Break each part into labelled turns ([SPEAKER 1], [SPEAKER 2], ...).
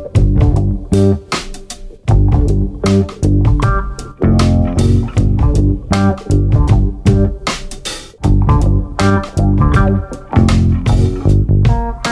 [SPEAKER 1] Dois!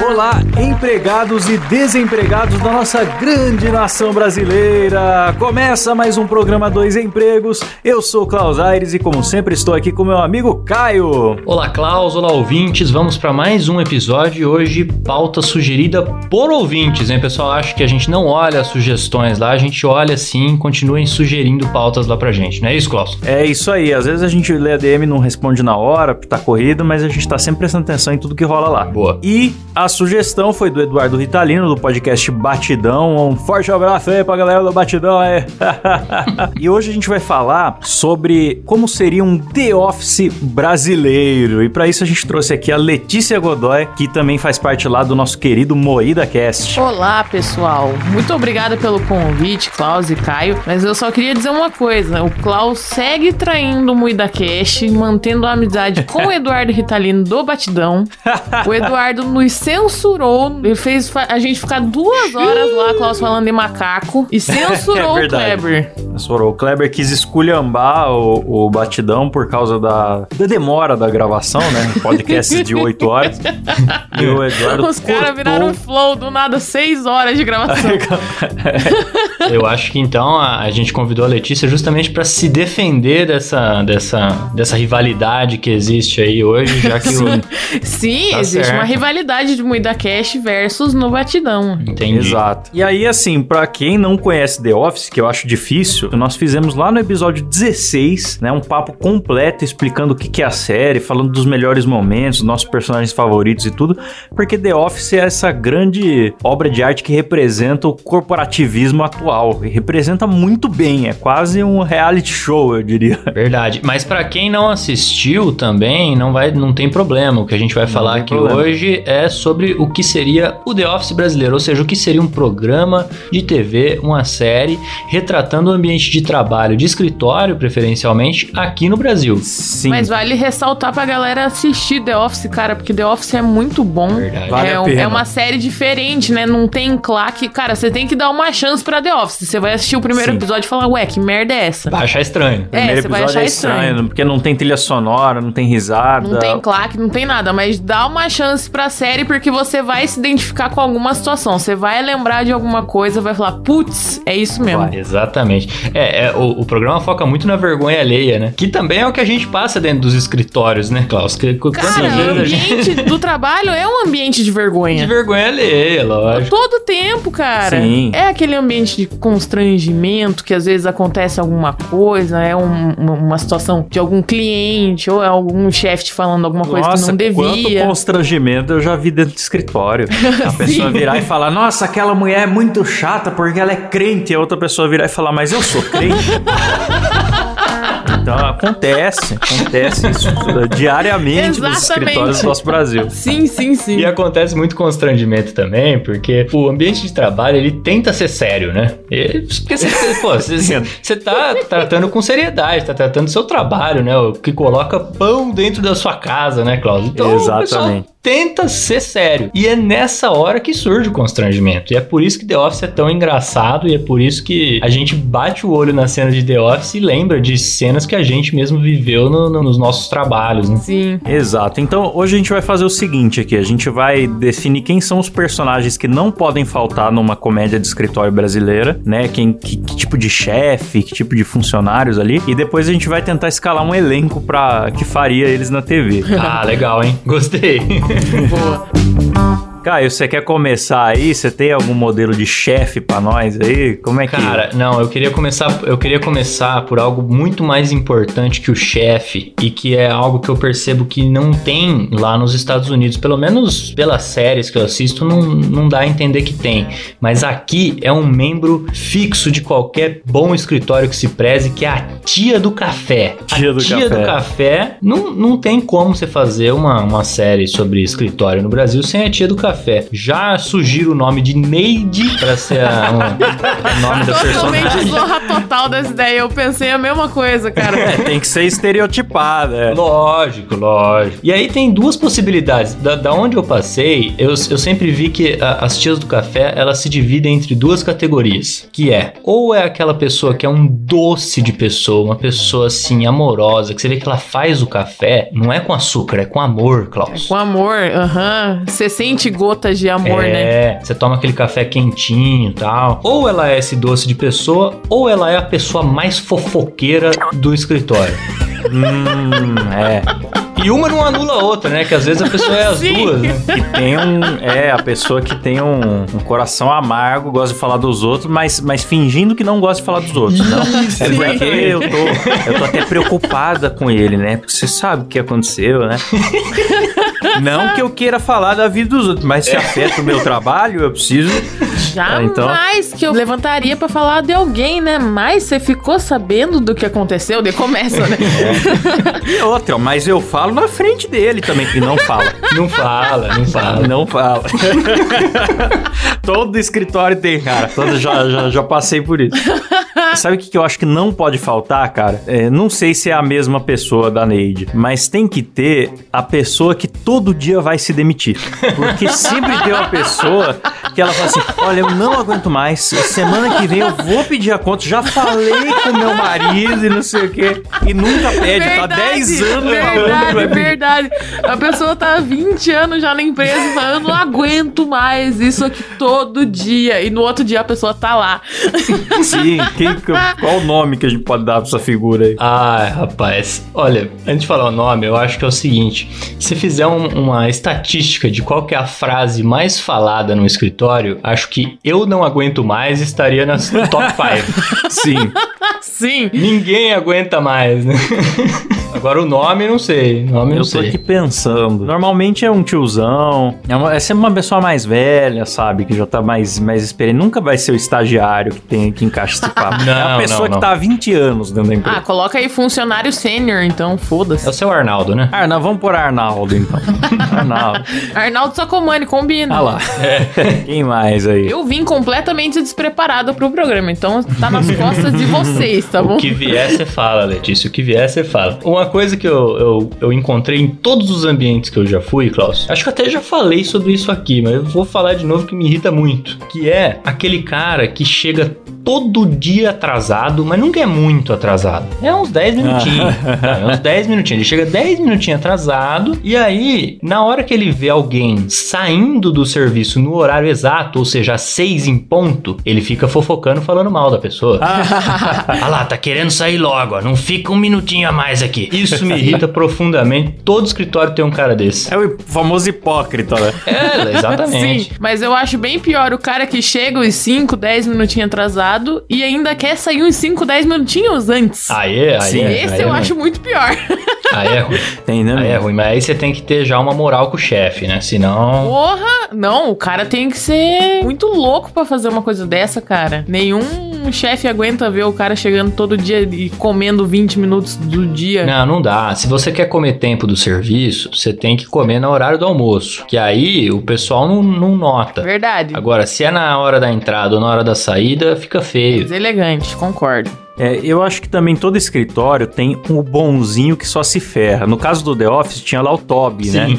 [SPEAKER 2] Olá, empregados e desempregados da nossa grande nação brasileira! Começa mais um programa Dois Empregos. Eu sou o Klaus Aires e, como sempre, estou aqui com meu amigo Caio.
[SPEAKER 3] Olá, Klaus, olá, ouvintes. Vamos para mais um episódio e hoje, pauta sugerida por ouvintes, hein, pessoal? Acho que a gente não olha as sugestões lá, a gente olha sim, continuem sugerindo pautas lá pra gente, não é isso, Klaus?
[SPEAKER 2] É isso aí, às vezes a gente lê a DM e não responde na hora, porque tá corrido, mas a gente tá sempre prestando atenção em tudo que rola lá.
[SPEAKER 3] Boa.
[SPEAKER 2] E a sugestão foi do Eduardo Ritalino, do podcast Batidão. Um forte abraço aí pra galera do Batidão aí. e hoje a gente vai falar sobre como seria um The Office brasileiro. E pra isso a gente trouxe aqui a Letícia Godoy, que também faz parte lá do nosso querido Moída Cast.
[SPEAKER 4] Olá, pessoal. Muito obrigada pelo convite, Klaus e Caio. Mas eu só queria dizer uma coisa: o Klaus segue traindo o Muida Cash, mantendo a amizade com o Eduardo Ritalino do Batidão. O Eduardo nos censurou, ele fez fa- a gente ficar duas horas lá, Klaus falando de macaco, e censurou
[SPEAKER 2] É
[SPEAKER 4] o
[SPEAKER 2] verdade.
[SPEAKER 4] Kleber.
[SPEAKER 2] Sorou, o Kleber quis esculhambar o, o batidão por causa da, da demora da gravação, né? Podcast de 8 horas. E o Eduardo
[SPEAKER 4] Os caras viraram um
[SPEAKER 2] cortou-
[SPEAKER 4] flow do nada, seis horas de gravação.
[SPEAKER 3] Eu acho que então a, a gente convidou a Letícia justamente pra se defender dessa, dessa, dessa rivalidade que existe aí hoje, já que o.
[SPEAKER 4] Sim,
[SPEAKER 3] Tá
[SPEAKER 4] existe
[SPEAKER 3] certo.
[SPEAKER 4] uma rivalidade de Muida Cash versus no Batidão.
[SPEAKER 3] Entendi.
[SPEAKER 2] Exato. E aí, assim, pra quem não conhece The Office, que eu acho difícil, nós fizemos lá no episódio 16, né? Um papo completo explicando o que, que é a série, falando dos melhores momentos, nossos personagens favoritos e tudo, porque The Office é essa grande obra de arte que representa o corporativismo atual. E representa muito bem, é quase um reality show, eu diria.
[SPEAKER 3] Verdade. Mas pra quem não assistiu também, não vai, não tem problema. O que a gente vai falar
[SPEAKER 2] tem
[SPEAKER 3] aqui
[SPEAKER 2] problema.
[SPEAKER 3] hoje é sobre o que seria o The Office brasileiro, ou seja, o que seria um programa de TV, uma série retratando o ambiente de trabalho de escritório, preferencialmente aqui no Brasil.
[SPEAKER 2] Sim.
[SPEAKER 4] Mas vale ressaltar pra galera assistir The Office, cara, porque The Office é muito bom.
[SPEAKER 3] Verdade.
[SPEAKER 2] Vale
[SPEAKER 4] é,
[SPEAKER 2] a
[SPEAKER 4] um-
[SPEAKER 2] pena.
[SPEAKER 4] é uma série diferente, né? Não tem claque. Cara, você tem que dar uma chance pra The Office. Você vai assistir o primeiro
[SPEAKER 2] Sim.
[SPEAKER 4] episódio e falar, ué, que merda é essa?
[SPEAKER 3] Vai achar estranho.
[SPEAKER 4] É, você vai achar
[SPEAKER 2] é
[SPEAKER 4] estranho.
[SPEAKER 2] porque não tem trilha sonora, não tem risada.
[SPEAKER 4] Não tem claque, não tem nada, mas dá uma chance pra série porque você vai se identificar com alguma situação. Você vai lembrar de alguma coisa, vai falar, putz, é isso mesmo.
[SPEAKER 3] Vai, Exatamente. É, é, o, o programa foca muito na vergonha alheia, né? Que também é o que a gente passa dentro dos escritórios, né, Klaus? Que, quantas
[SPEAKER 4] Cara,
[SPEAKER 3] vezes
[SPEAKER 4] o
[SPEAKER 3] a gente...
[SPEAKER 4] ambiente do trabalho é um ambiente de
[SPEAKER 3] De
[SPEAKER 4] vergonha.
[SPEAKER 3] vergonha alheia, lógico.
[SPEAKER 4] Todo tempo, cara.
[SPEAKER 2] Sim.
[SPEAKER 4] É aquele ambiente de constrangimento que às vezes acontece alguma coisa, é um- uma, uma situação de algum cliente ou é algum chefe te falando alguma coisa
[SPEAKER 2] nossa,
[SPEAKER 4] que não
[SPEAKER 2] quanto
[SPEAKER 4] devia.
[SPEAKER 2] constrangimento eu já vi dentro do escritório. A pessoa virar e falar, nossa, aquela mulher é muito chata porque ela é crente. E a outra pessoa virar e falar, mas eu sou crente. então, acontece, acontece isso diariamente nos
[SPEAKER 4] Exatamente.
[SPEAKER 2] escritórios do nosso Brasil.
[SPEAKER 4] Sim, sim, sim.
[SPEAKER 3] E acontece muito constrangimento também, porque o ambiente de trabalho, ele tenta ser sério, né? E- Porque você, pô, você- você- você tá tratando com seriedade, tá tratando do seu trabalho, né? O que coloca pão dentro da sua casa, né, Cláudio? Então,
[SPEAKER 2] Exatamente.
[SPEAKER 3] o pessoal tenta ser sério. E é nessa hora que surge o constrangimento. E é por isso que The Office é tão engraçado e é por isso que a gente bate o olho nas cenas de The Office e lembra de cenas que a gente mesmo viveu no- no- nos nossos trabalhos, né?
[SPEAKER 4] Sim.
[SPEAKER 2] Exato. Então, hoje a gente vai fazer o seguinte aqui, a gente vai definir quem são os personagens que não podem faltar numa comédia de escritório brasileira, né? Quem que, que tipo de chefe, que tipo de funcionários ali, e depois a gente vai tentar escalar um elenco para que faria eles na TV.
[SPEAKER 3] Ah, legal, hein? Gostei.
[SPEAKER 4] Boa.
[SPEAKER 2] Caio, você quer começar aí? Você tem algum modelo de chefe pra nós aí? Como é que
[SPEAKER 3] Cara, não, eu queria começar, eu queria começar por algo muito mais importante que o chefe e que é algo que eu percebo que não tem lá nos Estados Unidos, pelo menos pelas séries que eu assisto, não, não dá a entender que tem, mas aqui é um membro fixo de qualquer bom escritório que se preze, que é a tia do café.
[SPEAKER 2] Tia do
[SPEAKER 3] tia
[SPEAKER 2] café.
[SPEAKER 3] do café, não, não tem como você fazer uma, uma série sobre escritório no Brasil sem a tia do café. Já sugiro o nome de Neide pra ser a- um- o nome da
[SPEAKER 2] tá
[SPEAKER 4] Totalmente
[SPEAKER 3] personagem.
[SPEAKER 4] zorra total dessa ideia. Eu pensei a mesma coisa, cara.
[SPEAKER 2] É, tem que ser estereotipada. é.
[SPEAKER 3] Lógico, lógico. E aí tem duas possibilidades. Da, da onde eu passei, eu, eu sempre vi que a- as tias do café, elas se dividem entre duas categorias. Que é, ou é aquela pessoa que é um doce de pessoa, uma pessoa assim, amorosa, que você vê que ela faz o café, não é com açúcar, é com amor, Klaus.
[SPEAKER 4] Com amor, aham. Você sente gotas de amor, né?
[SPEAKER 3] É, você toma aquele café quentinho e tal. Ou ela é esse doce de pessoa, ou ela é a pessoa mais fofoqueira do escritório.
[SPEAKER 2] Hum, é.
[SPEAKER 3] E uma não anula a outra, né? Que às vezes a pessoa é as
[SPEAKER 4] Sim.
[SPEAKER 3] duas, né?
[SPEAKER 2] Que tem um. É, a pessoa que tem um, um coração amargo, gosta de falar dos outros, mas, mas fingindo que não gosta de falar dos outros. Não. É porque eu tô, eu tô até preocupada com ele, né? Porque você sabe o que aconteceu, né? Não que eu queira falar da vida dos outros, mas se afeta o meu trabalho, eu preciso.
[SPEAKER 4] Jamais
[SPEAKER 2] Então-
[SPEAKER 4] que eu levantaria pra falar de alguém, né? Mas você ficou sabendo do que aconteceu, de começa, né?
[SPEAKER 2] E outra, mas eu falo na frente dele também, que não fala.
[SPEAKER 3] Não fala, não fala.
[SPEAKER 2] Não fala. Todo escritório tem, cara. Todo- já, já, já passei por isso. Sabe o que que eu acho que não pode faltar, cara? É, não sei se é a mesma pessoa da Neide, mas tem que ter a pessoa que todo dia vai se demitir. Porque sempre tem uma pessoa que ela fala assim: olha, eu não aguento mais. Semana que vem eu vou pedir a conta. Já falei com meu marido e não sei o quê. E nunca pede. tá 10 anos falando
[SPEAKER 4] Verdade,
[SPEAKER 2] pra mim.
[SPEAKER 4] verdade. A pessoa tá há 20 anos já na empresa e fala, eu não aguento mais isso aqui todo dia. E no outro dia a pessoa tá lá.
[SPEAKER 2] Sim, quem, qual o nome que a gente pode dar pra essa figura aí?
[SPEAKER 3] Ai, rapaz. Olha, antes de falar o nome, eu acho que é o seguinte: se fizer um- uma estatística de qual que é a frase mais falada no escritório, acho que eu não aguento mais estaria nas- no top 5.
[SPEAKER 2] Sim.
[SPEAKER 4] Sim.
[SPEAKER 3] Ninguém aguenta mais, né? Agora o nome, não sei. Nome,
[SPEAKER 2] Eu
[SPEAKER 3] não
[SPEAKER 2] tô
[SPEAKER 3] sei.
[SPEAKER 2] aqui pensando. Normalmente é um tiozão, é, uma, é sempre uma pessoa mais velha, sabe? Que já tá mais, mais experiente. Nunca vai ser o estagiário que tem que encaixa esse papo. é
[SPEAKER 3] Não,
[SPEAKER 2] uma pessoa
[SPEAKER 3] não, não.
[SPEAKER 2] que tá há 20 anos dentro da
[SPEAKER 4] Ah,
[SPEAKER 2] empresa.
[SPEAKER 4] coloca aí funcionário sênior, então,
[SPEAKER 3] É o
[SPEAKER 4] foda-se.
[SPEAKER 3] seu Arnaldo, né?
[SPEAKER 2] Arnaldo, Ah, vamos por Arnaldo então. Arnaldo.
[SPEAKER 4] Arnaldo Sacomani, combina.
[SPEAKER 2] Ah lá.
[SPEAKER 3] É.
[SPEAKER 2] Quem mais aí?
[SPEAKER 4] Eu vim completamente despreparada pro programa, então tá nas costas de vocês, tá bom?
[SPEAKER 3] O que vier, você fala, Letícia. O que vier, você fala. Uma coisa que eu, eu, eu encontrei em todos os ambientes que eu já fui, Klaus, acho que até já falei sobre isso aqui, mas eu vou falar de novo que me irrita muito. Que é aquele cara que chega todo dia atrasado, mas nunca é muito atrasado. É uns 10 minutinhos. tá? É uns 10 minutinhos. Ele chega 10 minutinhos atrasado, e aí, na hora que ele vê alguém saindo do serviço no horário exato, ou seja, às 6 em ponto, ele fica fofocando, falando mal da pessoa. Ah lá, tá querendo sair logo, ó. Não fica um minutinho a mais aqui. Isso me irrita profundamente. Todo escritório tem um cara desse.
[SPEAKER 2] É o famoso hipócrita, né?
[SPEAKER 3] É,
[SPEAKER 4] Sim,
[SPEAKER 3] exatamente.
[SPEAKER 4] mas eu acho bem pior o cara que chega uns 5, 10 minutinhos atrasado e ainda quer sair uns 5, 10 minutinhos antes.
[SPEAKER 3] Aí, é, aí,
[SPEAKER 2] Sim,
[SPEAKER 3] é, aí
[SPEAKER 4] Esse
[SPEAKER 3] é
[SPEAKER 4] eu
[SPEAKER 3] ruim.
[SPEAKER 4] acho muito pior.
[SPEAKER 3] Aí é ruim.
[SPEAKER 2] Tem, né?
[SPEAKER 3] Aí é ruim. Mas aí você tem que ter já uma moral com o chefe, né? Senão.
[SPEAKER 4] Porra! Não, o cara tem que ser muito louco pra fazer uma coisa dessa, cara. Nenhum chefe aguenta ver o cara chegando todo dia e comendo 20 minutos do dia.
[SPEAKER 3] Não, não dá. Se você quer comer tempo do serviço, você tem que comer no horário do almoço. Que aí o pessoal não, não nota.
[SPEAKER 4] Verdade.
[SPEAKER 3] Agora, se é na hora da entrada ou na hora da saída, fica feio.
[SPEAKER 4] Deselegante, concordo.
[SPEAKER 2] É, eu acho que também todo escritório tem o bonzinho que só se ferra. No caso do The Office, tinha lá o Toby, né?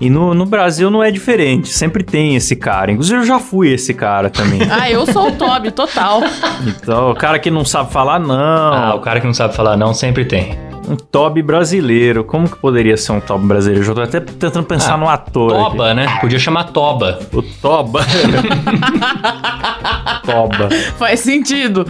[SPEAKER 2] E no, no Brasil não é diferente, sempre tem esse cara. Inclusive eu já fui esse cara também.
[SPEAKER 4] Ah, eu sou o Toby, total.
[SPEAKER 2] então, o cara que não sabe falar,
[SPEAKER 3] Ah, o
[SPEAKER 2] não.
[SPEAKER 3] cara que não sabe falar não sempre tem.
[SPEAKER 2] Um Toby brasileiro. Como que poderia ser um Toby brasileiro? Eu já tô até tentando pensar
[SPEAKER 3] Ah,
[SPEAKER 2] no ator. aqui.
[SPEAKER 3] Toba, né? Podia chamar Toba.
[SPEAKER 2] O Toba. Toba.
[SPEAKER 4] Faz sentido.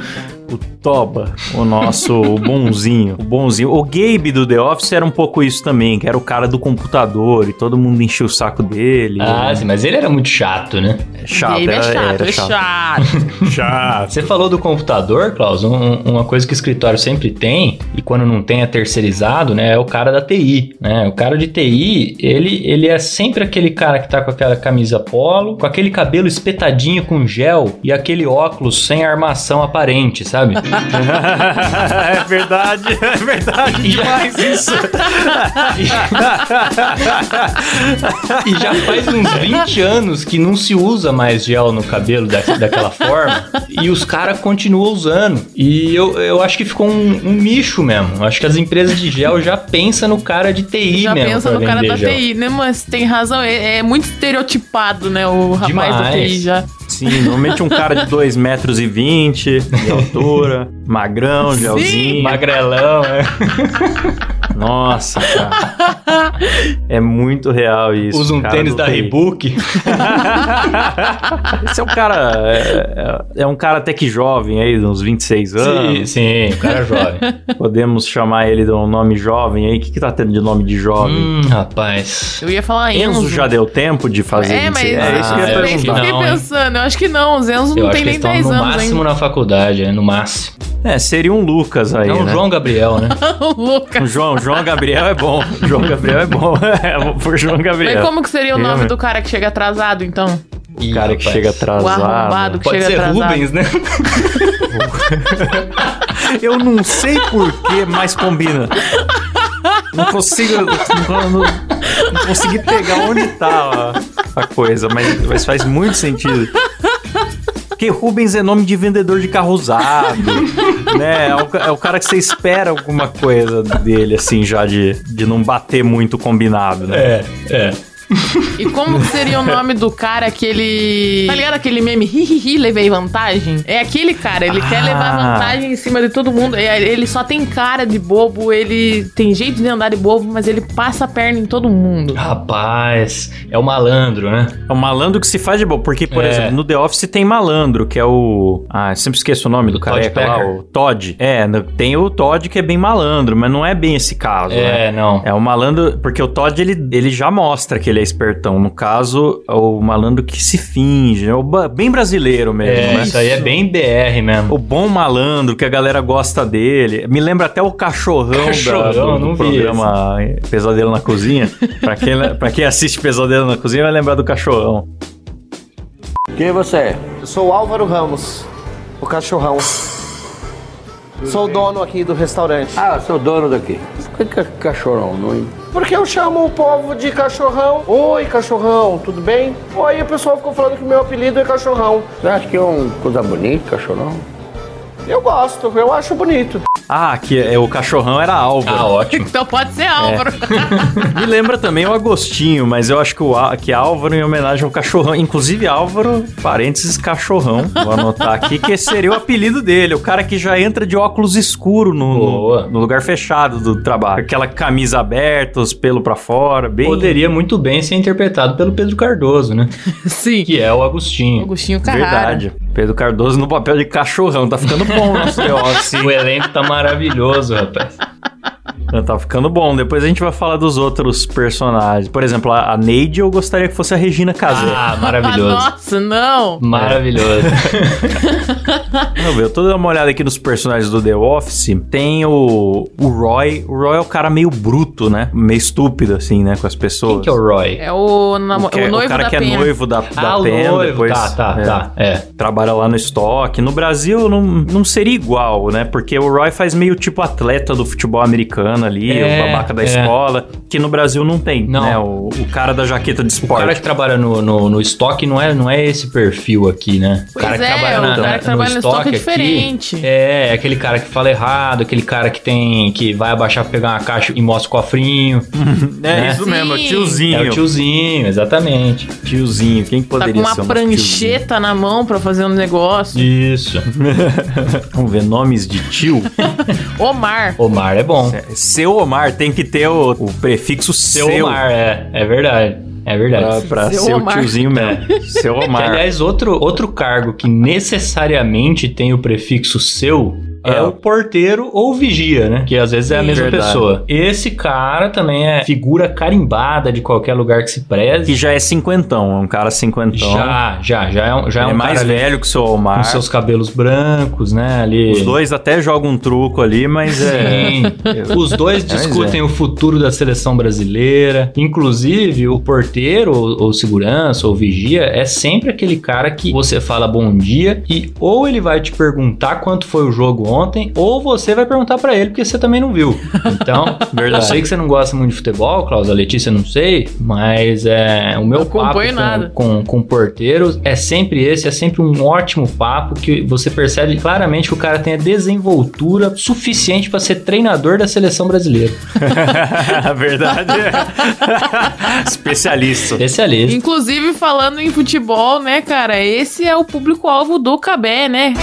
[SPEAKER 2] O Toba. O nosso o bonzinho. O bonzinho. O Gabe do The Office era um pouco isso também, que era o cara do computador e todo mundo enchia o saco dele. É
[SPEAKER 3] Ah, sim, mas ele era muito chato, né?
[SPEAKER 2] chato,
[SPEAKER 4] Gabe é
[SPEAKER 2] era-
[SPEAKER 4] chato,
[SPEAKER 2] era
[SPEAKER 4] é chato.
[SPEAKER 2] Chato.
[SPEAKER 3] Você falou do computador, Klaus, um- um- uma coisa que o escritório sempre tem, e quando não tem é terceirizado, né? É o cara da TI, né? O cara de TI, ele, ele é sempre aquele cara que tá com aquela camisa polo, com aquele cabelo espetadinho com gel e aquele óculos sem armação aparente, sabe?
[SPEAKER 2] é verdade, é verdade demais isso.
[SPEAKER 3] E já faz uns 20 anos que não se usa mais gel no cabelo da- daquela forma. E os caras continuam usando. E eu, eu acho que ficou um, um nicho mesmo. Eu acho que as empresas de gel já pensam no cara de TI
[SPEAKER 4] Já
[SPEAKER 3] mesmo.
[SPEAKER 4] pensa
[SPEAKER 3] pra
[SPEAKER 4] no cara
[SPEAKER 3] vender
[SPEAKER 4] da
[SPEAKER 3] gel.
[SPEAKER 4] TI, né? Mas tem razão, é, é muito estereotipado, né? O rapaz da
[SPEAKER 3] Demais.
[SPEAKER 4] TI já.
[SPEAKER 2] Sim, normalmente um cara de 2,20 metros e vinte de altura, magrão, gelzinho.
[SPEAKER 3] Magrelão, é.
[SPEAKER 2] Nossa, cara. É muito real isso.
[SPEAKER 3] usa um
[SPEAKER 2] cara,
[SPEAKER 3] tênis
[SPEAKER 2] não
[SPEAKER 3] da
[SPEAKER 2] tem-
[SPEAKER 3] Reebok.
[SPEAKER 2] Esse é um cara. É, é- é um cara até que jovem aí, de uns 26
[SPEAKER 3] Sim,
[SPEAKER 2] anos.
[SPEAKER 3] sim, o cara é jovem.
[SPEAKER 2] Podemos chamar ele de um nome jovem aí. O que, que tá tendo de nome de jovem?
[SPEAKER 3] hum, rapaz.
[SPEAKER 4] Eu ia falar Enzo.
[SPEAKER 2] Enzo já deu tempo de fazer
[SPEAKER 4] É,
[SPEAKER 2] 26
[SPEAKER 4] mas
[SPEAKER 2] É, isso que eu ia
[SPEAKER 4] eu também
[SPEAKER 2] perguntar.
[SPEAKER 4] fiquei
[SPEAKER 3] Não, hein?
[SPEAKER 4] pensando. Eu acho que não, o Enzo
[SPEAKER 3] Eu
[SPEAKER 4] não
[SPEAKER 3] acho
[SPEAKER 4] tem
[SPEAKER 3] que eles
[SPEAKER 4] nem
[SPEAKER 3] estão
[SPEAKER 4] 10
[SPEAKER 3] no
[SPEAKER 4] anos
[SPEAKER 3] máximo
[SPEAKER 4] ainda.
[SPEAKER 3] na faculdade, é, no máximo.
[SPEAKER 2] É, seria um Lucas aí.
[SPEAKER 3] É um
[SPEAKER 2] né?
[SPEAKER 3] João Gabriel, né?
[SPEAKER 4] Louca.
[SPEAKER 2] O João, João Gabriel é bom. João Gabriel é bom. É, vou por João
[SPEAKER 4] Mas
[SPEAKER 2] Gabriel.
[SPEAKER 4] como que seria o nome
[SPEAKER 2] Realmente.
[SPEAKER 4] do cara que chega atrasado, então?
[SPEAKER 2] O cara que
[SPEAKER 3] Ih, rapaz.
[SPEAKER 2] chega atrasado.
[SPEAKER 4] O arrombado que
[SPEAKER 3] Pode
[SPEAKER 4] chega
[SPEAKER 3] ser
[SPEAKER 4] atrasado.
[SPEAKER 3] Rubens, né?
[SPEAKER 2] Eu não sei porquê, mas combina. Não consigo. Não, não- não consegui pegar onde tá a, a coisa, mas, mas faz muito sentido. Porque Rubens é nome de vendedor de carro usado, né? É o, ca- é o cara que você espera alguma coisa dele, assim, já de, de não bater muito combinado, né?
[SPEAKER 3] É, é.
[SPEAKER 4] E como que seria o nome do cara que ele. Tá ligado aquele meme? Hihihi, levei vantagem? É aquele cara, ele quer
[SPEAKER 2] Ah.
[SPEAKER 4] levar vantagem em cima de todo mundo. É, Ele só tem cara de bobo, ele tem jeito de andar de bobo, mas ele passa a perna em todo mundo.
[SPEAKER 3] Rapaz, é o malandro, né?
[SPEAKER 2] É o malandro que se faz de boa. Porque, por
[SPEAKER 3] É.
[SPEAKER 2] exemplo, no The Office tem malandro, que é o. Ah, eu sempre esqueço o nome do
[SPEAKER 3] Todd
[SPEAKER 2] careca lá,
[SPEAKER 3] Packer.
[SPEAKER 2] o Todd. É, no- tem o Todd que é bem malandro, mas não é bem esse caso, né?
[SPEAKER 3] É, não.
[SPEAKER 2] É o malandro, porque o Todd ele, ele já mostra que ele é espertão. No caso, é o malandro que se finge, é o ba- bem brasileiro mesmo,
[SPEAKER 3] É,
[SPEAKER 2] né?
[SPEAKER 3] isso aí é bem BR mesmo.
[SPEAKER 2] O bom malandro, que a galera gosta dele. Me lembra até o cachorrão, da- do, do
[SPEAKER 3] Cachorrão, não vi
[SPEAKER 2] programa Pesadelo na Cozinha. pra, quem, pra quem assiste Pesadelo na Cozinha vai lembrar do cachorrão.
[SPEAKER 5] Quem você é?
[SPEAKER 6] Eu sou o Álvaro Ramos, o cachorrão. Sou o dono aqui do restaurante.
[SPEAKER 5] Ah, sou dono daqui. Por que que é cachorrão, não? hein?
[SPEAKER 6] Porque eu chamo o povo de cachorrão. Oi, cachorrão, tudo bem? Aí o pessoal ficou falando que meu apelido é cachorrão.
[SPEAKER 5] Você acha que é uma coisa bonita, cachorrão?
[SPEAKER 6] Eu gosto, eu acho bonito.
[SPEAKER 2] Ah, que é, o cachorrão era Álvaro.
[SPEAKER 3] Ah, ótimo.
[SPEAKER 4] Então pode ser Álvaro.
[SPEAKER 2] Me lembra também o Agostinho, mas eu acho que, o, Á- que Álvaro em homenagem ao cachorrão. Inclusive, Álvaro, parênteses, cachorrão. Vou anotar aqui, que esse seria o apelido dele. O cara que já entra de óculos escuro no,
[SPEAKER 3] Boa.
[SPEAKER 2] no, no lugar fechado do trabalho. Aquela camisa aberta, os pelos pra fora, bem...
[SPEAKER 3] Poderia muito bem ser interpretado pelo Pedro Cardoso, né?
[SPEAKER 4] Sim.
[SPEAKER 3] Que é o Agostinho.
[SPEAKER 4] Agostinho Carrara.
[SPEAKER 2] Verdade. Pedro Cardoso no papel de cachorrão. Tá ficando bom o nosso The Office.
[SPEAKER 3] O elenco tá maravilhoso, rapaz.
[SPEAKER 2] Tá ficando bom. Depois a gente vai falar dos outros personagens. Por exemplo, a, a Neide eu gostaria que fosse a Regina Casé.
[SPEAKER 3] Ah,
[SPEAKER 4] Ah,
[SPEAKER 3] maravilhoso. É.
[SPEAKER 4] nossa, não.
[SPEAKER 3] Maravilhoso.
[SPEAKER 2] Não, eu tô dando uma olhada aqui nos personagens do The Office. Tem o, o Roy. O Roy é o cara meio bruto, né? Meio estúpido, assim, né? Com as pessoas.
[SPEAKER 3] Quem que é o Roy?
[SPEAKER 4] É o, namo-
[SPEAKER 2] que é-
[SPEAKER 4] o noivo
[SPEAKER 2] cara
[SPEAKER 4] da
[SPEAKER 2] que
[SPEAKER 4] Penha.
[SPEAKER 2] é noivo da, da
[SPEAKER 3] Ah, o
[SPEAKER 2] Pen,
[SPEAKER 3] noivo.
[SPEAKER 2] depois
[SPEAKER 3] Tá, tá,
[SPEAKER 2] é,
[SPEAKER 3] tá. É.
[SPEAKER 2] trabalha lá no estoque. No Brasil não, não seria igual, né? Porque o Roy faz meio tipo atleta do futebol americano ali,
[SPEAKER 3] É,
[SPEAKER 2] o babaca da
[SPEAKER 3] é.
[SPEAKER 2] escola, que no Brasil não tem,
[SPEAKER 3] Não.
[SPEAKER 2] né? O, o cara da jaqueta de
[SPEAKER 3] O
[SPEAKER 2] esporte.
[SPEAKER 3] cara que trabalha no, no, no estoque não é, não é esse perfil aqui, né?
[SPEAKER 4] Pois é, o cara que trabalha no estoque é diferente.
[SPEAKER 3] é, é aquele cara que fala errado, aquele cara que tem. que vai abaixar pra pegar uma caixa e mostra o cofrinho.
[SPEAKER 2] É
[SPEAKER 3] né?
[SPEAKER 2] isso mesmo, é o
[SPEAKER 4] Sim.
[SPEAKER 2] tiozinho.
[SPEAKER 3] É o tiozinho, exatamente.
[SPEAKER 2] Tiozinho, quem que
[SPEAKER 4] Tá com
[SPEAKER 2] poderia
[SPEAKER 4] uma
[SPEAKER 2] ser o nosso tiozinho?
[SPEAKER 4] prancheta na mão pra fazer um negócio.
[SPEAKER 3] Isso.
[SPEAKER 2] Vamos ver nomes de tio.
[SPEAKER 4] Omar.
[SPEAKER 3] Omar é bom.
[SPEAKER 2] É, Seu Omar tem que ter o, o prefixo seu,
[SPEAKER 3] Seu, Omar, é. É verdade. É
[SPEAKER 2] pra,
[SPEAKER 3] verdade.
[SPEAKER 2] pra
[SPEAKER 4] Seu
[SPEAKER 2] ser o
[SPEAKER 4] Omar.
[SPEAKER 2] tiozinho mesmo. Seu
[SPEAKER 3] Que,
[SPEAKER 2] Omar.
[SPEAKER 3] aliás, outro, outro cargo que necessariamente tem o prefixo seu é
[SPEAKER 2] Ah.
[SPEAKER 3] o porteiro ou vigia, né? Que às vezes é a
[SPEAKER 2] Sim,
[SPEAKER 3] mesma
[SPEAKER 2] verdade.
[SPEAKER 3] pessoa. Esse cara também é figura carimbada de qualquer lugar que se
[SPEAKER 2] Que
[SPEAKER 3] preze.
[SPEAKER 2] já é cinquentão, é um cara cinquentão.
[SPEAKER 3] já, já, já é um, já é
[SPEAKER 2] Ele
[SPEAKER 3] um
[SPEAKER 2] é mais
[SPEAKER 3] cara ali
[SPEAKER 2] velho que o seu
[SPEAKER 3] com
[SPEAKER 2] Omar.
[SPEAKER 3] seus cabelos brancos, né? Ali.
[SPEAKER 2] Os dois até jogam um truco ali, mas é.
[SPEAKER 3] Sim. Os dois
[SPEAKER 2] Mas é.
[SPEAKER 3] discutem o futuro da seleção brasileira. Inclusive, o porteiro, ou, ou segurança, ou vigia, é sempre aquele cara que você fala bom dia e ou ele vai te perguntar quanto foi o jogo ontem, ou você vai perguntar pra ele porque você também não viu. Então,
[SPEAKER 2] Verdade.
[SPEAKER 3] eu sei que você não gosta muito de futebol, Klaus, a Letícia não sei, mas é o meu
[SPEAKER 4] Não
[SPEAKER 3] papo
[SPEAKER 4] acompanho
[SPEAKER 3] com,
[SPEAKER 4] nada.
[SPEAKER 3] com com porteiros é sempre esse, é sempre um ótimo papo que você percebe claramente que o cara tem a desenvoltura suficiente pra ser treinador da seleção brasileira.
[SPEAKER 2] Verdade. é Especialista.
[SPEAKER 3] Especialista.
[SPEAKER 4] Inclusive, falando em futebol, né, cara? Esse é o público-alvo do Cabé, né?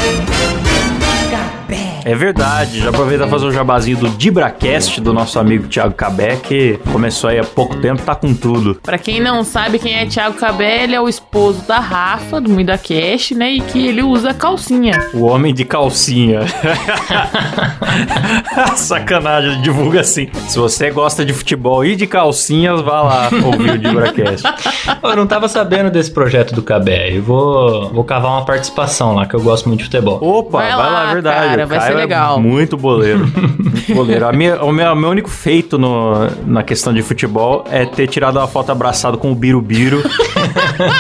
[SPEAKER 2] É verdade. Já aproveitar e fazer o jabazinho do Dibracast do nosso amigo Thiago Cabé, que começou aí há pouco tempo, tá com tudo.
[SPEAKER 4] Pra quem não sabe quem é Thiago Cabé, ele é o esposo da Rafa, do Muida Cash, né? E que ele usa calcinha.
[SPEAKER 2] O homem de calcinha. Sacanagem, divulga assim. Se você gosta de futebol e de calcinhas, vá lá ouvir o Dibracast.
[SPEAKER 3] Eu não tava sabendo desse projeto do Cabé. Eu vou, vou cavar uma participação lá, que eu gosto muito de futebol.
[SPEAKER 2] Opa, vai,
[SPEAKER 4] Vai
[SPEAKER 2] lá,
[SPEAKER 4] lá,
[SPEAKER 2] é verdade.
[SPEAKER 4] cara,
[SPEAKER 2] O
[SPEAKER 4] vai ser
[SPEAKER 2] Caio é
[SPEAKER 4] legal.
[SPEAKER 2] muito boleiro. muito boleiro. A minha- o meu, meu único feito no- na questão de futebol é ter tirado uma foto abraçado com o Birubiru.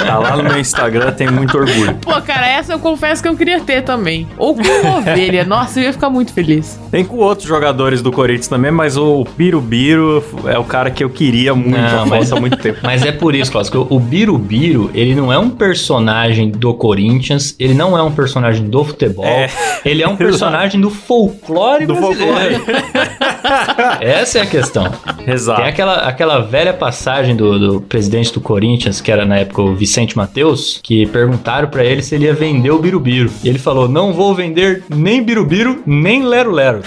[SPEAKER 2] tá lá no meu Instagram, tem muito orgulho.
[SPEAKER 4] Pô, cara, essa eu confesso que eu queria ter também. Ou com uma ovelha. Nossa, eu ia ficar muito feliz.
[SPEAKER 2] Tem com outros jogadores do Corinthians também, mas o Birubiru é o cara que eu queria muito
[SPEAKER 3] Não,
[SPEAKER 2] a
[SPEAKER 3] mas-
[SPEAKER 2] foto há muito tempo.
[SPEAKER 3] Mas é por isso, Cláudio, que o Birubiru, ele não é um personagem do Corinthians, ele não é um personagem do futebol,
[SPEAKER 2] É.
[SPEAKER 3] ele é um personagem do folclore
[SPEAKER 2] Do
[SPEAKER 3] brasileiro. Essa é a questão.
[SPEAKER 2] Exato.
[SPEAKER 3] Tem aquela, aquela velha passagem do, do presidente do Corinthians, que era na época o Vicente Mateus, que perguntaram pra ele se ele ia vender o Birubiru. E ele falou: "Não vou vender nem Birubiru, nem Lero Lero".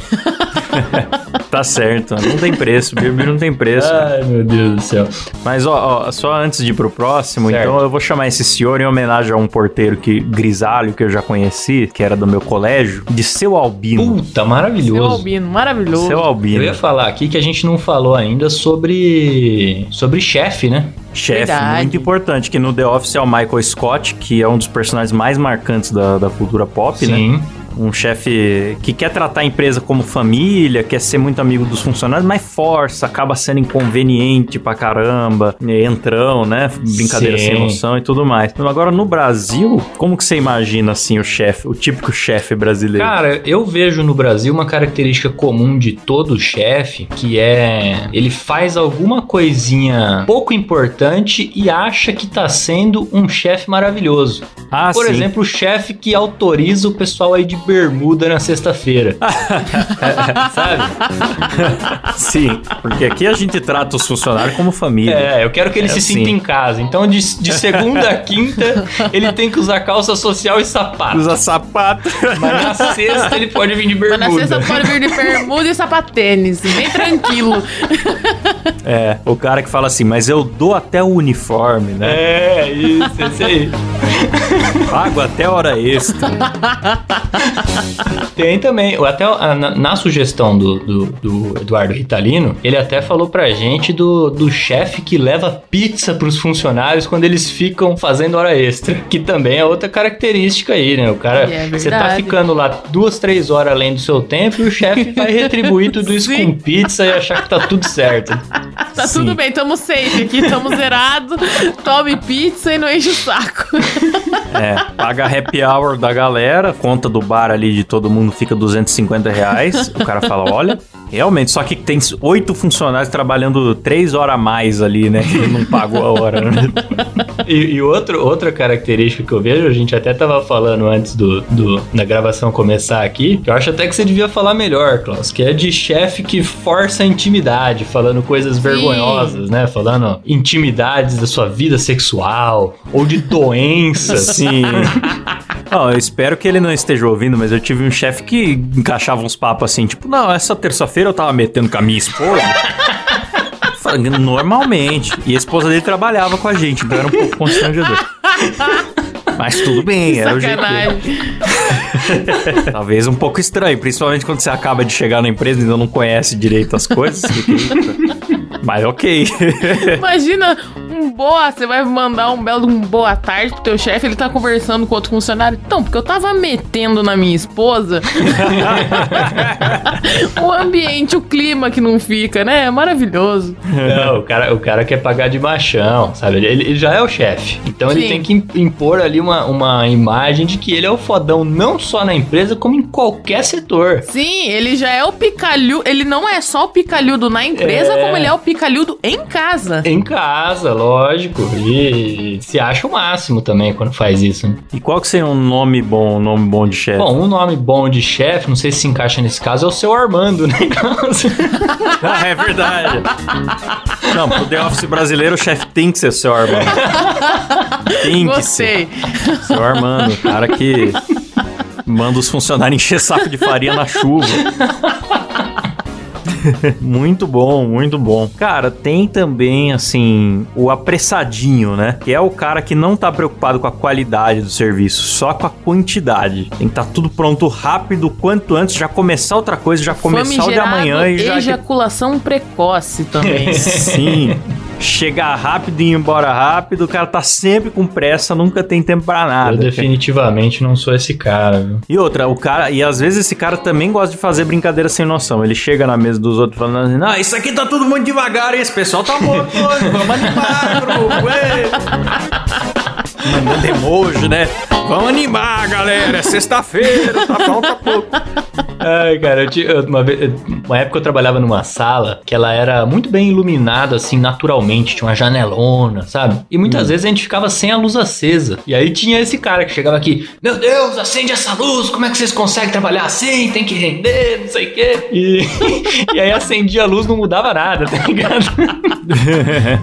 [SPEAKER 2] Tá certo, não tem preço. Birubiru não tem preço.
[SPEAKER 3] Ai, meu Deus do céu.
[SPEAKER 2] Mas ó, ó, só antes de ir pro próximo,
[SPEAKER 3] Certo.
[SPEAKER 2] então eu vou chamar esse senhor em homenagem a um porteiro que grisalho que eu já conheci, que era do meu colégio, de seu Albino.
[SPEAKER 3] Puta,
[SPEAKER 4] Seu
[SPEAKER 3] maravilhoso.
[SPEAKER 4] albino, maravilhoso.
[SPEAKER 2] Seu
[SPEAKER 3] Eu
[SPEAKER 2] Albino.
[SPEAKER 3] ia falar aqui que a gente não falou ainda sobre sobre chefe, né?
[SPEAKER 2] Chefe,
[SPEAKER 4] Verdade.
[SPEAKER 2] muito importante, que no The Office é o Michael Scott, que é um dos personagens mais marcantes da, da cultura pop, né?
[SPEAKER 3] Sim.
[SPEAKER 2] Um chefe que quer tratar a empresa como família, quer ser muito amigo dos funcionários, mas força, acaba sendo inconveniente pra caramba, entrão, né? Brincadeira
[SPEAKER 3] Sim.
[SPEAKER 2] sem noção e tudo mais. Então, agora, no Brasil, como que você imagina, assim, o chefe, o típico chefe brasileiro?
[SPEAKER 3] Cara, eu vejo no Brasil uma característica comum de todo chefe, que é ele faz alguma coisinha pouco importante e acha que tá sendo um chefe maravilhoso.
[SPEAKER 2] ah,
[SPEAKER 3] Por exemplo, o chefe que autoriza o pessoal aí de bermuda na sexta-feira. Sabe?
[SPEAKER 2] sim. Porque aqui a gente trata os funcionários como família.
[SPEAKER 3] É, eu quero que ele
[SPEAKER 2] É
[SPEAKER 3] se sinta
[SPEAKER 2] assim.
[SPEAKER 3] em casa. Então, de, de segunda a quinta, ele tem que usar calça social e sapato.
[SPEAKER 2] Usa sapato.
[SPEAKER 3] Mas na sexta ele pode vir de
[SPEAKER 4] Mas
[SPEAKER 3] bermuda.
[SPEAKER 4] na sexta pode vir de bermuda e sapatênis. Bem tranquilo.
[SPEAKER 2] É, o cara que fala assim, mas eu dou até o uniforme, né?
[SPEAKER 3] É, isso, esse aí.
[SPEAKER 2] Pago até hora extra.
[SPEAKER 3] Tem também, até a- na, na sugestão do, do, do Eduardo Ritalino, ele até falou pra gente do, do chefe que leva pizza pros funcionários quando eles ficam fazendo hora extra, que também é outra característica aí, né? O cara,
[SPEAKER 4] É
[SPEAKER 3] você tá
[SPEAKER 4] verdade.
[SPEAKER 3] ficando lá duas, três horas além do seu tempo e o chefe vai retribuir tudo isso
[SPEAKER 4] Sim.
[SPEAKER 3] com pizza e achar que tá tudo certo.
[SPEAKER 4] Tá
[SPEAKER 2] Sim.
[SPEAKER 4] tudo bem, tamo safe aqui, tamo zerado. Tome pizza e não enche o saco.
[SPEAKER 2] É, paga a happy hour da galera, conta do bar ali de todo mundo fica 250 reais. O cara fala, olha, realmente, só que tem oito funcionários trabalhando três horas a mais ali, né? Que não pagou a hora. né?
[SPEAKER 3] E, e outro, outra característica que eu vejo, a gente até tava falando antes do, do- da gravação começar aqui, que eu acho até que você devia falar melhor, Klaus, que é de chefe que força a intimidade, falando coisas vergonhosas, né? Falando intimidades da sua vida sexual ou de doenças.
[SPEAKER 2] Assim. Ó, eu espero que ele não esteja ouvindo, mas eu tive um chefe que encaixava uns papos assim, tipo, não, essa terça-feira eu tava metendo com a minha esposa. Fala, Normalmente. E a esposa dele trabalhava com a gente, então era um pouco constrangedor. Mas tudo bem, era o jeito dele.
[SPEAKER 4] Sacanagem.
[SPEAKER 2] Talvez um pouco estranho, principalmente quando você acaba de chegar na empresa e ainda não conhece direito as coisas. Fica, "Eita." Mas é ok.
[SPEAKER 4] Imagina um um boa, você vai mandar um belo de um boa tarde pro teu chefe, ele tá conversando com outro funcionário. Então, porque eu tava metendo na minha esposa. o ambiente, o clima que não fica, né? É maravilhoso.
[SPEAKER 3] Não, o cara, o cara quer pagar de machão, sabe? Ele, ele já é o chefe. Então ele
[SPEAKER 4] Sim.
[SPEAKER 3] tem que im- impor ali uma, uma imagem de que ele é o fodão não só na empresa, como em qualquer setor.
[SPEAKER 4] Sim, ele já é o picalhudo. Ele não é só o picalhudo na empresa,
[SPEAKER 3] É.
[SPEAKER 4] como ele é o picalhudo em casa.
[SPEAKER 3] Em casa, lógico. E se acha o máximo também quando faz isso. né?
[SPEAKER 2] E qual que seria um nome bom, um nome bom de chefe?
[SPEAKER 3] Bom, um nome bom de chefe, não sei se encaixa nesse caso, é o seu Armando, né?
[SPEAKER 2] Ah, é verdade. Não, pro The Office brasileiro, o chefe tem que ser seu Armando. Tem que ser.
[SPEAKER 4] Gostei.
[SPEAKER 2] Seu Armando, o cara que manda os funcionários encher saco de farinha na chuva. Muito bom, muito bom. Cara, tem também, assim, o apressadinho, né? Que é o cara que não tá preocupado com a qualidade do serviço, só com a quantidade. Tem que estar tudo pronto rápido, quanto antes, já começar outra coisa, já começar o de
[SPEAKER 4] Famigerado
[SPEAKER 2] amanhã e já
[SPEAKER 4] ejaculação precoce também.
[SPEAKER 2] Sim. Chegar rápido e ir embora rápido, o cara tá sempre com pressa, nunca tem tempo pra nada.
[SPEAKER 3] Eu definitivamente não sou esse cara, viu?
[SPEAKER 2] E outra, o cara, e às vezes esse cara também gosta de fazer brincadeira sem noção. Ele chega na mesa dos outros falando assim: "Não, isso aqui tá tudo muito devagar, hein? esse pessoal tá morto hoje, vamos animar, grupo, ué." Mandando emoji, né? Vamos animar, galera, é sexta-feira, tá falta pouco.
[SPEAKER 3] Ai, cara, eu ti- eu- uma, vez- eu- uma época eu trabalhava numa sala que ela era muito bem iluminada, assim, naturalmente, tinha uma janelona, sabe? E muitas vezes a gente ficava sem a luz acesa. E aí tinha esse cara que chegava aqui, meu Deus, acende essa luz, como é que vocês conseguem trabalhar assim? Tem que render, não sei o quê. E, e aí acendia a luz, não mudava nada, tá ligado?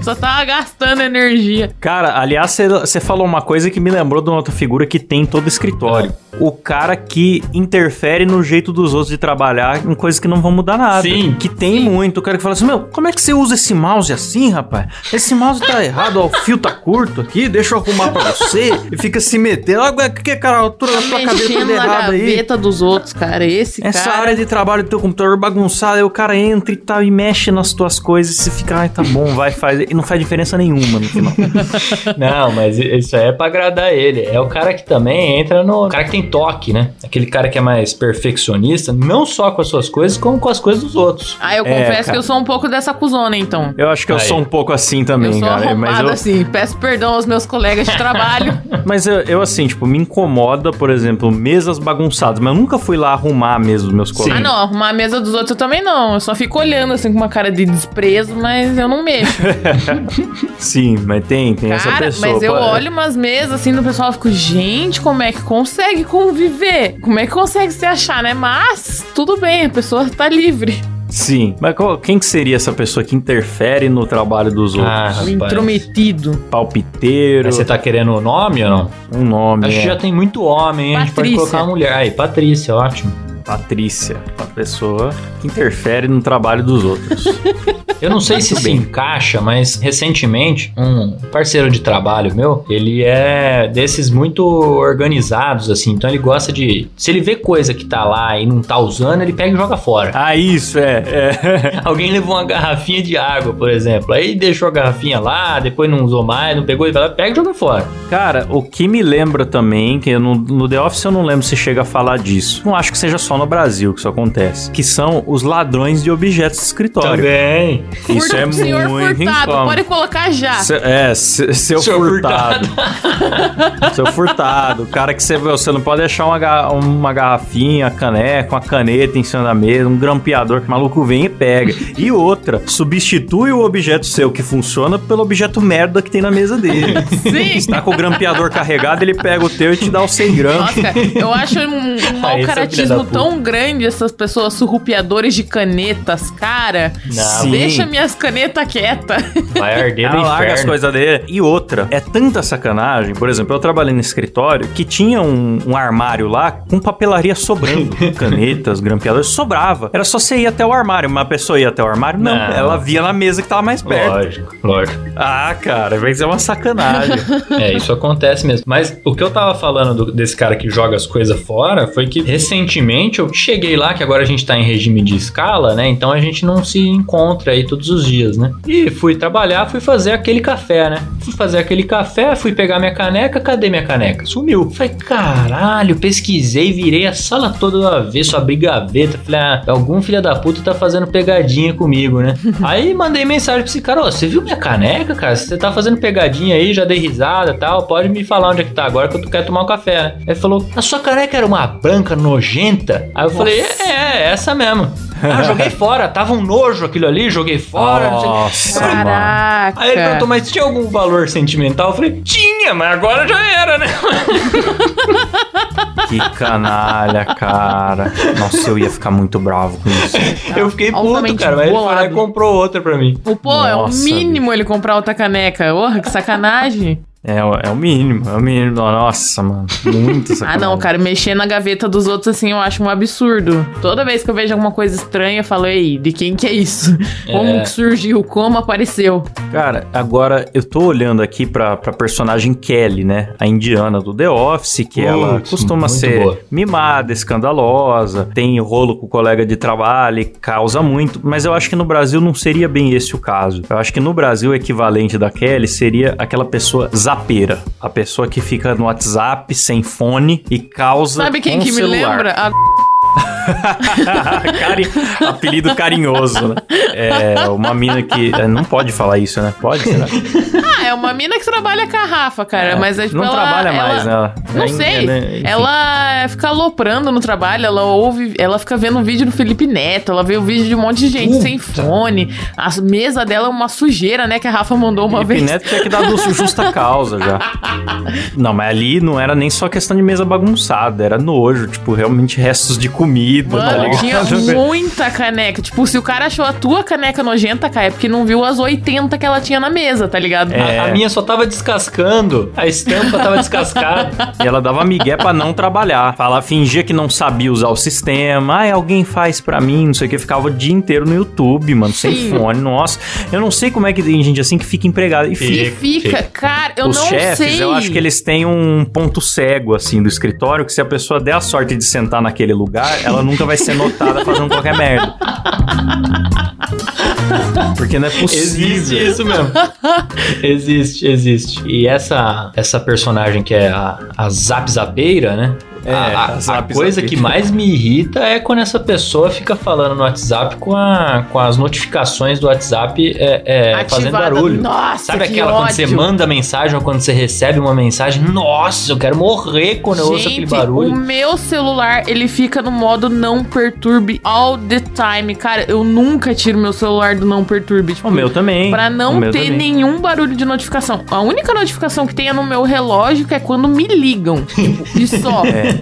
[SPEAKER 4] Só tava gastando energia.
[SPEAKER 2] Cara, aliás, você falou uma coisa que me lembrou de uma outra figura que tem em todo escritório. O cara que interfere no jeito dos outros de trabalhar em coisas que não vão mudar nada.
[SPEAKER 3] Sim.
[SPEAKER 2] Que tem muito. O cara que fala assim, meu, como é que você usa esse mouse assim, rapaz? Esse mouse tá errado, ó, o fio tá curto aqui, deixa eu arrumar pra você. E fica se metendo. Ah, que que, cara, a altura da tua cabeça tá
[SPEAKER 4] Mexendo na
[SPEAKER 2] errada aí.
[SPEAKER 4] gaveta dos outros, cara. Esse
[SPEAKER 2] Essa é
[SPEAKER 4] cara.
[SPEAKER 2] área de trabalho do teu computador bagunçada, aí o cara entra e tal, e mexe nas tuas coisas, e você fica, ai, tá bom, vai, faz. E não faz diferença nenhuma no final.
[SPEAKER 3] Não, mas i- isso aí é pra agradar ele. É o cara que também entra no. O cara que tem toque, né? Aquele cara que é mais perfeccionista, não só com as suas coisas, como com as coisas dos outros.
[SPEAKER 4] Ah, eu
[SPEAKER 2] É,
[SPEAKER 4] confesso
[SPEAKER 2] cara.
[SPEAKER 4] que eu sou um pouco dessa cuzona, então.
[SPEAKER 2] Eu acho que eu
[SPEAKER 3] Aí.
[SPEAKER 2] sou um pouco assim
[SPEAKER 4] eu
[SPEAKER 2] também,
[SPEAKER 4] sou
[SPEAKER 2] cara. Mas,
[SPEAKER 4] arrombada
[SPEAKER 2] eu,
[SPEAKER 4] assim. Peço perdão aos meus colegas de trabalho.
[SPEAKER 2] mas eu, eu, assim, tipo, me incomoda, por exemplo, mesas bagunçadas. Mas eu nunca fui lá arrumar a mesa dos meus
[SPEAKER 4] ah,
[SPEAKER 2] colegas.
[SPEAKER 4] não, arrumar a mesa dos outros eu também não. Eu só fico olhando assim com uma cara de desprezo, mas eu não mexo.
[SPEAKER 2] Sim, mas tem, tem essa
[SPEAKER 4] Cara,
[SPEAKER 2] pessoa.
[SPEAKER 4] mas eu
[SPEAKER 2] pô. é.
[SPEAKER 4] olho umas mesas assim do pessoal e fico, gente, como é que consegue conviver? Como é que consegue se achar, né? Mas tudo bem, a pessoa tá livre.
[SPEAKER 2] Sim. Mas qual- quem que seria essa pessoa que interfere no trabalho dos outros?
[SPEAKER 4] O
[SPEAKER 3] rapaz.
[SPEAKER 4] intrometido.
[SPEAKER 2] Palpiteiro,
[SPEAKER 3] Aí você tá querendo o nome ou não?
[SPEAKER 2] um nome.
[SPEAKER 3] Acho
[SPEAKER 2] É.
[SPEAKER 3] que já tem muito homem, hein? A gente pode
[SPEAKER 4] Patrícia.
[SPEAKER 3] colocar uma mulher. Aí, Patrícia, ótimo.
[SPEAKER 2] Patrícia. Uma pessoa que interfere no trabalho dos outros.
[SPEAKER 3] Eu não sei se
[SPEAKER 2] Muito
[SPEAKER 3] se
[SPEAKER 2] Tá bem.
[SPEAKER 3] encaixa, mas recentemente um parceiro de trabalho meu, ele é desses muito organizados, assim. Então ele gosta de. Se ele vê coisa que tá lá e não tá usando, ele pega e joga fora.
[SPEAKER 2] ah, isso, é. é.
[SPEAKER 3] Alguém levou uma garrafinha de água, por exemplo. Aí deixou a garrafinha lá, depois não usou mais, não pegou, e vai lá, pega e joga
[SPEAKER 2] Tá
[SPEAKER 3] fora.
[SPEAKER 2] Cara, o que me lembra também, que eu não- no The Office eu não lembro se chega a falar disso. Não acho que seja só no Brasil que isso acontece. Que são os ladrões de objetos de
[SPEAKER 3] Então,
[SPEAKER 2] escritório.
[SPEAKER 3] Também.
[SPEAKER 2] Isso é
[SPEAKER 4] senhor
[SPEAKER 2] muito
[SPEAKER 4] furtado,
[SPEAKER 2] incômodo.
[SPEAKER 4] pode colocar já.
[SPEAKER 2] Se- é, se- seu,
[SPEAKER 3] Seu
[SPEAKER 2] furtado. seu furtado. O cara que você vê, você não pode deixar uma, ga- uma garrafinha, caneca, uma caneta em cima da mesa, um grampeador que o maluco vem e pega. E outra, substitui o objeto seu que funciona pelo objeto merda que tem na mesa dele.
[SPEAKER 4] Sim.
[SPEAKER 2] Se tá com o grampeador carregado, ele pega o teu e te dá os 100 gramas.
[SPEAKER 4] Nossa, cara, eu acho um, um mau
[SPEAKER 3] Aí, seu filho
[SPEAKER 4] caratismo
[SPEAKER 3] da puta.
[SPEAKER 4] tão grande essas pessoas surrupiadores de canetas, cara.
[SPEAKER 3] Não,
[SPEAKER 2] Sim.
[SPEAKER 4] Deixa minhas canetas quietas.
[SPEAKER 3] vai arder
[SPEAKER 2] Ela
[SPEAKER 3] no
[SPEAKER 2] Ah, larga as
[SPEAKER 3] inferno.
[SPEAKER 2] coisas dele. E outra, é tanta sacanagem. Por exemplo, eu trabalhei no escritório que tinha um, um armário lá com papelaria sobrando. Canetas, grampeadores, sobrava. Era só você ir até o armário. Mas a pessoa ia até o armário? Não.
[SPEAKER 3] Não.
[SPEAKER 2] Ela via na mesa que tava mais perto.
[SPEAKER 3] Lógico, lógico.
[SPEAKER 2] Ah, cara, vai ser uma sacanagem.
[SPEAKER 3] É, isso acontece mesmo. Mas o que eu tava falando do- desse cara que joga as coisas fora foi que recentemente eu cheguei lá, que agora a gente tá em regime de escala, né? Então a gente não se encontra aí sair todos os dias, né? E fui trabalhar, fui fazer aquele café, né? Fui fazer aquele café, fui pegar minha caneca, cadê minha caneca? Sumiu. Falei, caralho, pesquisei, virei a sala toda do avesso, abri gaveta. Falei, ah, algum filho da puta tá fazendo pegadinha comigo, né? aí mandei mensagem pra esse cara, ó, você viu minha caneca, cara? Você tá fazendo pegadinha aí, já dei risada e tal, pode me falar onde é que tá agora que eu quero tomar um café, né? Aí falou, a sua caneca era uma branca nojenta? Aí eu falei, é, é, é essa mesmo. Ah, joguei fora, tava um nojo aquilo ali, joguei fora. não sei o quê.
[SPEAKER 2] Nossa, mano.
[SPEAKER 4] Caraca.
[SPEAKER 3] Aí ele perguntou, mas tinha algum valor sentimental? Eu falei, tinha, mas agora já era, né?
[SPEAKER 4] Tá.
[SPEAKER 2] Que canalha, cara. Nossa, eu ia ficar muito bravo com isso.
[SPEAKER 3] Eu fiquei puto,
[SPEAKER 4] altamente
[SPEAKER 3] cara. Mas ele foi lá e
[SPEAKER 4] bolado.
[SPEAKER 3] comprou outra pra mim.
[SPEAKER 4] O pô, é o
[SPEAKER 2] Nossa,
[SPEAKER 4] mínimo ele comprar outra caneca. Porra, que sacanagem.
[SPEAKER 2] É, o- é o mínimo, é o mínimo. Nossa, mano. Muito
[SPEAKER 4] Ah,
[SPEAKER 2] sacanagem.
[SPEAKER 4] não, cara, mexer na gaveta dos outros assim eu acho um absurdo. Toda vez que eu vejo alguma coisa estranha, eu falo, ei, de quem que é isso? Como que surgiu? Como apareceu?
[SPEAKER 2] Cara, agora eu tô olhando aqui pra, pra personagem Kelly, né? A indiana do The Office, que
[SPEAKER 3] Putz,
[SPEAKER 2] ela costuma
[SPEAKER 3] muito
[SPEAKER 2] ser
[SPEAKER 3] boa.
[SPEAKER 2] mimada, escandalosa, tem rolo com o colega de trabalho, e causa muito, mas eu acho que no Brasil não seria bem esse o caso. Eu acho que no Brasil o equivalente da Kelly seria aquela pessoa zapeira, a pessoa que fica no WhatsApp sem fone e causa
[SPEAKER 4] Sabe quem
[SPEAKER 2] com
[SPEAKER 4] que
[SPEAKER 2] o
[SPEAKER 4] me
[SPEAKER 2] celular.
[SPEAKER 4] lembra? A...
[SPEAKER 2] Cari... Apelido carinhoso, né? É, uma mina que. é, Não pode falar isso, né? Pode, será?
[SPEAKER 4] Ah, é uma mina que trabalha com a Rafa, cara, mas é tipo
[SPEAKER 2] não
[SPEAKER 4] ela...
[SPEAKER 2] trabalha
[SPEAKER 4] ela-
[SPEAKER 2] mais, né?
[SPEAKER 4] Não
[SPEAKER 2] É,
[SPEAKER 4] sei.
[SPEAKER 2] né? Enfim.
[SPEAKER 4] Ela fica aloprando no trabalho, ela ouve, ela fica vendo um vídeo do Felipe Neto, ela vê o vídeo de um monte de gente sem fone. A mesa dela é uma sujeira, né? Que a Rafa mandou uma
[SPEAKER 2] Felipe
[SPEAKER 4] vez.
[SPEAKER 2] Neto tinha que dar do- justa causa já. Não, mas ali não era nem só questão de mesa bagunçada, era nojo, tipo, realmente restos de comida, tá
[SPEAKER 4] Mano,
[SPEAKER 2] ligado?
[SPEAKER 4] tinha um- muita caneca. Tipo, se o cara achou a tua caneca nojenta, cara, é porque não viu as 80 que ela tinha na mesa, tá ligado?
[SPEAKER 2] É.
[SPEAKER 3] A- A, minha só tava descascando, a estampa tava descascada.
[SPEAKER 2] E ela dava migué pra não trabalhar. Fala, fingia que não sabia usar o sistema. Ai, alguém faz pra mim, não sei o que. Ficava o dia inteiro no YouTube, mano, sem
[SPEAKER 4] Sim.
[SPEAKER 2] fone. Nossa, eu não sei como é que tem gente assim que fica empregada. E fica.
[SPEAKER 4] E fica, cara, eu
[SPEAKER 2] Os
[SPEAKER 4] não
[SPEAKER 2] chefes,
[SPEAKER 4] sei.
[SPEAKER 2] eu acho que eles têm um ponto cego, assim, do escritório, que se a pessoa der a sorte de sentar naquele lugar, ela nunca vai ser notada fazendo qualquer merda. Porque não é
[SPEAKER 3] Existe
[SPEAKER 2] possível.
[SPEAKER 3] isso mesmo. Existe, existe. E essa, essa personagem que é a, a Zap Zapeira, né?
[SPEAKER 2] É,
[SPEAKER 3] a, a-
[SPEAKER 2] a Zap
[SPEAKER 3] a coisa
[SPEAKER 2] Zapeira.
[SPEAKER 3] que mais me irrita é quando essa pessoa fica falando no WhatsApp com, a, com as notificações do WhatsApp é, é, fazendo
[SPEAKER 4] Ativada.
[SPEAKER 3] barulho.
[SPEAKER 4] Nossa,
[SPEAKER 3] Sabe
[SPEAKER 4] que
[SPEAKER 3] aquela quando você
[SPEAKER 4] ódio.
[SPEAKER 3] manda mensagem ou quando você recebe uma mensagem? Nossa, eu quero morrer quando eu ouço aquele
[SPEAKER 4] Gente,
[SPEAKER 3] barulho.
[SPEAKER 4] o meu celular, ele fica no modo não perturbe all the time. Cara, eu nunca tiro meu celular do não perturbe. Tipo,
[SPEAKER 2] O meu também.
[SPEAKER 4] Pra não
[SPEAKER 2] o meu
[SPEAKER 4] ter
[SPEAKER 2] também.
[SPEAKER 4] nenhum barulho de notificação. A única notificação que tem é no meu relógio, que é quando me ligam. Tipo, e só.
[SPEAKER 2] É.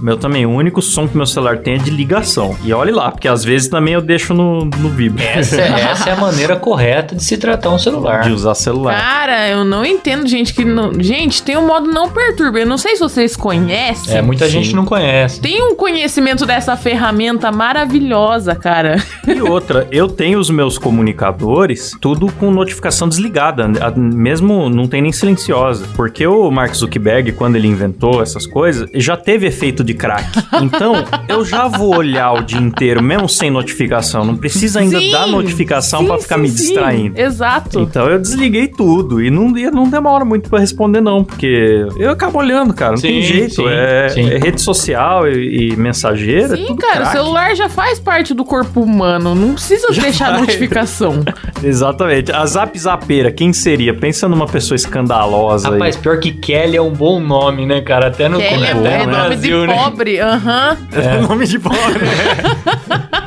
[SPEAKER 2] O Meu também. O único som que meu celular tem é de ligação. E olhe lá, porque às vezes também eu deixo no, no vibro.
[SPEAKER 3] Essa, é- essa é a maneira correta de se tratar um celular.
[SPEAKER 2] De usar celular.
[SPEAKER 4] Cara, eu não entendo gente que não. Gente, tem um modo não perturba. Eu não sei se vocês conhecem.
[SPEAKER 3] É, muita gente não conhece.
[SPEAKER 4] Tem um conhecimento dessa ferramenta maravilhosa, cara.
[SPEAKER 2] E outra, eu tenho os meus comunicadores tudo com notificação desligada, a- mesmo não tem nem silenciosa, porque o Mark Zuckerberg quando ele inventou essas coisas, já teve efeito de crack. Então, eu já vou olhar o dia inteiro mesmo sem notificação, não precisa ainda
[SPEAKER 4] Sim,
[SPEAKER 2] dar notificação
[SPEAKER 4] sim,
[SPEAKER 2] pra ficar
[SPEAKER 4] sim,
[SPEAKER 2] me
[SPEAKER 4] sim.
[SPEAKER 2] distraindo.
[SPEAKER 4] Exato.
[SPEAKER 2] Então eu desliguei tudo e não, e não demora muito pra responder, não, porque eu acabo olhando, cara. Não
[SPEAKER 3] Sim,
[SPEAKER 2] tem jeito.
[SPEAKER 3] sim,
[SPEAKER 2] é,
[SPEAKER 3] sim.
[SPEAKER 2] é rede social e, e mensageira. é
[SPEAKER 4] Sim,
[SPEAKER 2] tudo
[SPEAKER 4] cara, o
[SPEAKER 2] crack.
[SPEAKER 4] celular já faz parte do corpo humano. Não precisa deixar
[SPEAKER 2] faz.
[SPEAKER 4] notificação.
[SPEAKER 2] Exatamente. A Zap Zapeira, quem seria? Pensa numa pessoa escandalosa
[SPEAKER 3] Rapaz, pior que Kelly é um bom nome, né, cara? Até no,
[SPEAKER 4] Que é,
[SPEAKER 3] até
[SPEAKER 4] é,
[SPEAKER 3] no
[SPEAKER 4] é nome
[SPEAKER 3] Brasil,
[SPEAKER 4] de
[SPEAKER 3] né?
[SPEAKER 4] pobre. Aham.
[SPEAKER 2] aí. É nome de pobre.
[SPEAKER 4] né?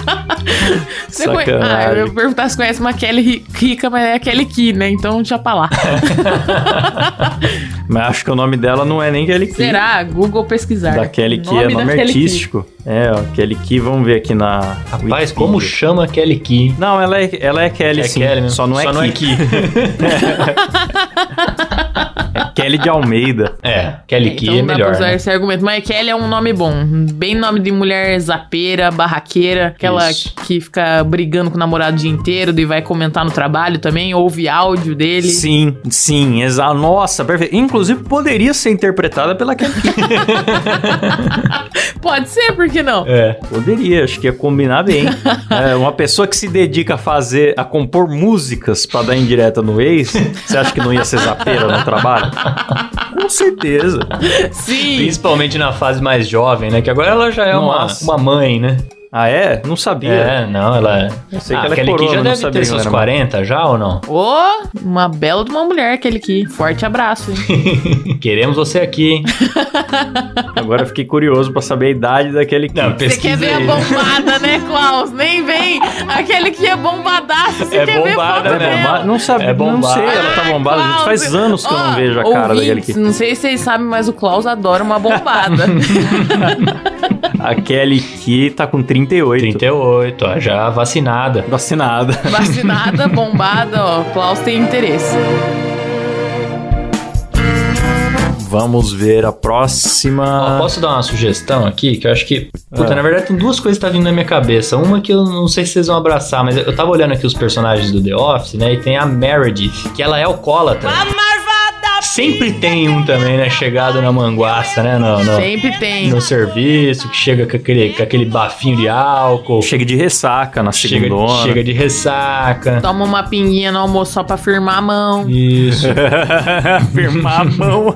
[SPEAKER 4] Você conhe- Ah, eu ia perguntar se conhece uma Kelly ri- rica, mas é a Kelly Ki, né? Então deixa pra lá.
[SPEAKER 2] Mas acho que o nome dela não é nem Kelly Key.
[SPEAKER 4] Será? Google pesquisar.
[SPEAKER 2] Da Kelly Key é
[SPEAKER 4] Nome da
[SPEAKER 2] nome
[SPEAKER 4] Kelly Ki.
[SPEAKER 2] artístico. É, ó, Kelly Key, vamos ver aqui na.
[SPEAKER 3] Rapaz,
[SPEAKER 2] Wikipedia.
[SPEAKER 3] como chama Kelly Key?
[SPEAKER 2] Não, ela é, ela é Kelly,
[SPEAKER 3] É
[SPEAKER 2] sim.
[SPEAKER 3] Kelly mesmo.
[SPEAKER 2] só não é
[SPEAKER 3] Só não é
[SPEAKER 2] Key. Kelly de Almeida.
[SPEAKER 3] É, Kelly Key
[SPEAKER 4] então
[SPEAKER 3] é
[SPEAKER 4] dá
[SPEAKER 3] melhor.
[SPEAKER 4] pra usar
[SPEAKER 3] né?
[SPEAKER 4] esse argumento. Mas Kelly é um nome bom. Bem nome de mulher zapeira, barraqueira, aquela
[SPEAKER 3] Isso.
[SPEAKER 4] que fica brigando com o namorado o dia inteiro e vai comentar no trabalho também, ouve áudio dele.
[SPEAKER 2] Sim, sim, exato. Nossa, perfeito. Inclusive, poderia ser interpretada pela Kelly Key.
[SPEAKER 4] Pode ser, por que não?
[SPEAKER 3] É.
[SPEAKER 2] Poderia, acho que ia combinar bem. É, uma pessoa que se dedica a fazer, a compor músicas pra dar indireta no ex, você acha que não ia ser zapeira no trabalho? Com certeza.
[SPEAKER 4] Sim.
[SPEAKER 3] Principalmente na fase mais jovem, né? Que agora ela já é uma,
[SPEAKER 2] Nossa.
[SPEAKER 3] uma mãe, né?
[SPEAKER 2] Ah, é? Não sabia.
[SPEAKER 3] É, não, ela.
[SPEAKER 2] Eu sei
[SPEAKER 3] ah,
[SPEAKER 2] que ela é
[SPEAKER 3] Kelly Key
[SPEAKER 2] coroa,
[SPEAKER 3] já
[SPEAKER 2] não
[SPEAKER 3] deve
[SPEAKER 2] sabia
[SPEAKER 3] ter
[SPEAKER 2] que ela
[SPEAKER 3] seus
[SPEAKER 2] era
[SPEAKER 3] 40 já ou não?
[SPEAKER 4] Ô, uma bela de uma mulher aquele que. Forte abraço, hein?
[SPEAKER 3] Queremos você aqui, hein?
[SPEAKER 2] Agora eu fiquei curioso pra saber a idade da Kelly Key.
[SPEAKER 3] Não,
[SPEAKER 4] Você quer
[SPEAKER 3] pesquisa
[SPEAKER 4] ver a
[SPEAKER 3] aí.
[SPEAKER 4] bombada, né, Klaus? Nem vem. Aquele que é bombadaço. Você
[SPEAKER 3] É
[SPEAKER 4] quer
[SPEAKER 3] bombada,
[SPEAKER 4] ver
[SPEAKER 2] Ela
[SPEAKER 4] foto
[SPEAKER 2] é
[SPEAKER 3] né?
[SPEAKER 4] dela?
[SPEAKER 2] bombada? Não sabia,
[SPEAKER 3] É
[SPEAKER 2] não
[SPEAKER 3] bombada.
[SPEAKER 2] sei, ela tá bombada.
[SPEAKER 4] Ah,
[SPEAKER 2] gente. Faz
[SPEAKER 4] Klaus,
[SPEAKER 2] anos que eu não
[SPEAKER 4] ó,
[SPEAKER 2] vejo a cara da Kelly
[SPEAKER 4] ouvintes,
[SPEAKER 2] Key.
[SPEAKER 4] Não sei se vocês sabem, mas o Klaus adora uma bombada. né?
[SPEAKER 2] A Kelly Key tá com 38.
[SPEAKER 3] 38, ó, já vacinada.
[SPEAKER 2] Vacinada.
[SPEAKER 4] Vacinada, bombada, ó. Klaus tem interesse.
[SPEAKER 2] Vamos ver a próxima.
[SPEAKER 3] Ó, posso dar uma sugestão aqui? Que eu acho que.
[SPEAKER 2] Ah.
[SPEAKER 3] Puta, na verdade tem duas coisas que tá vindo na minha cabeça. Uma que eu não sei se vocês vão abraçar, mas eu tava olhando aqui os personagens do The Office, né? E tem a Meredith, que ela é alcoólatra. Sempre tem um também, né? Chegado na manguaça, né? No, no-
[SPEAKER 4] Sempre tem.
[SPEAKER 3] no serviço, que chega com aquele, com aquele bafinho de álcool.
[SPEAKER 2] Chega de ressaca na
[SPEAKER 3] Chega,
[SPEAKER 2] segunda.
[SPEAKER 3] chega de ressaca.
[SPEAKER 4] Toma uma pinguinha no almoço só pra firmar a mão.
[SPEAKER 3] Isso.
[SPEAKER 2] Firmar a mão.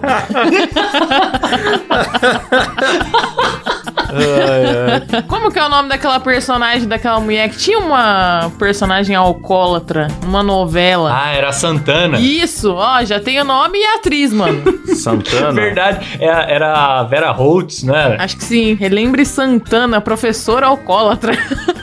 [SPEAKER 4] Como que é o nome daquela personagem, daquela mulher que tinha uma personagem alcoólatra numa novela?
[SPEAKER 3] Ah, era a Santana.
[SPEAKER 4] Isso, ó, já tem o nome e a atriz, mano.
[SPEAKER 2] Santana.
[SPEAKER 3] Verdade, é- era a Vera Holtz, né? não era?
[SPEAKER 4] Acho que sim. Relembre Santana, professora alcoólatra.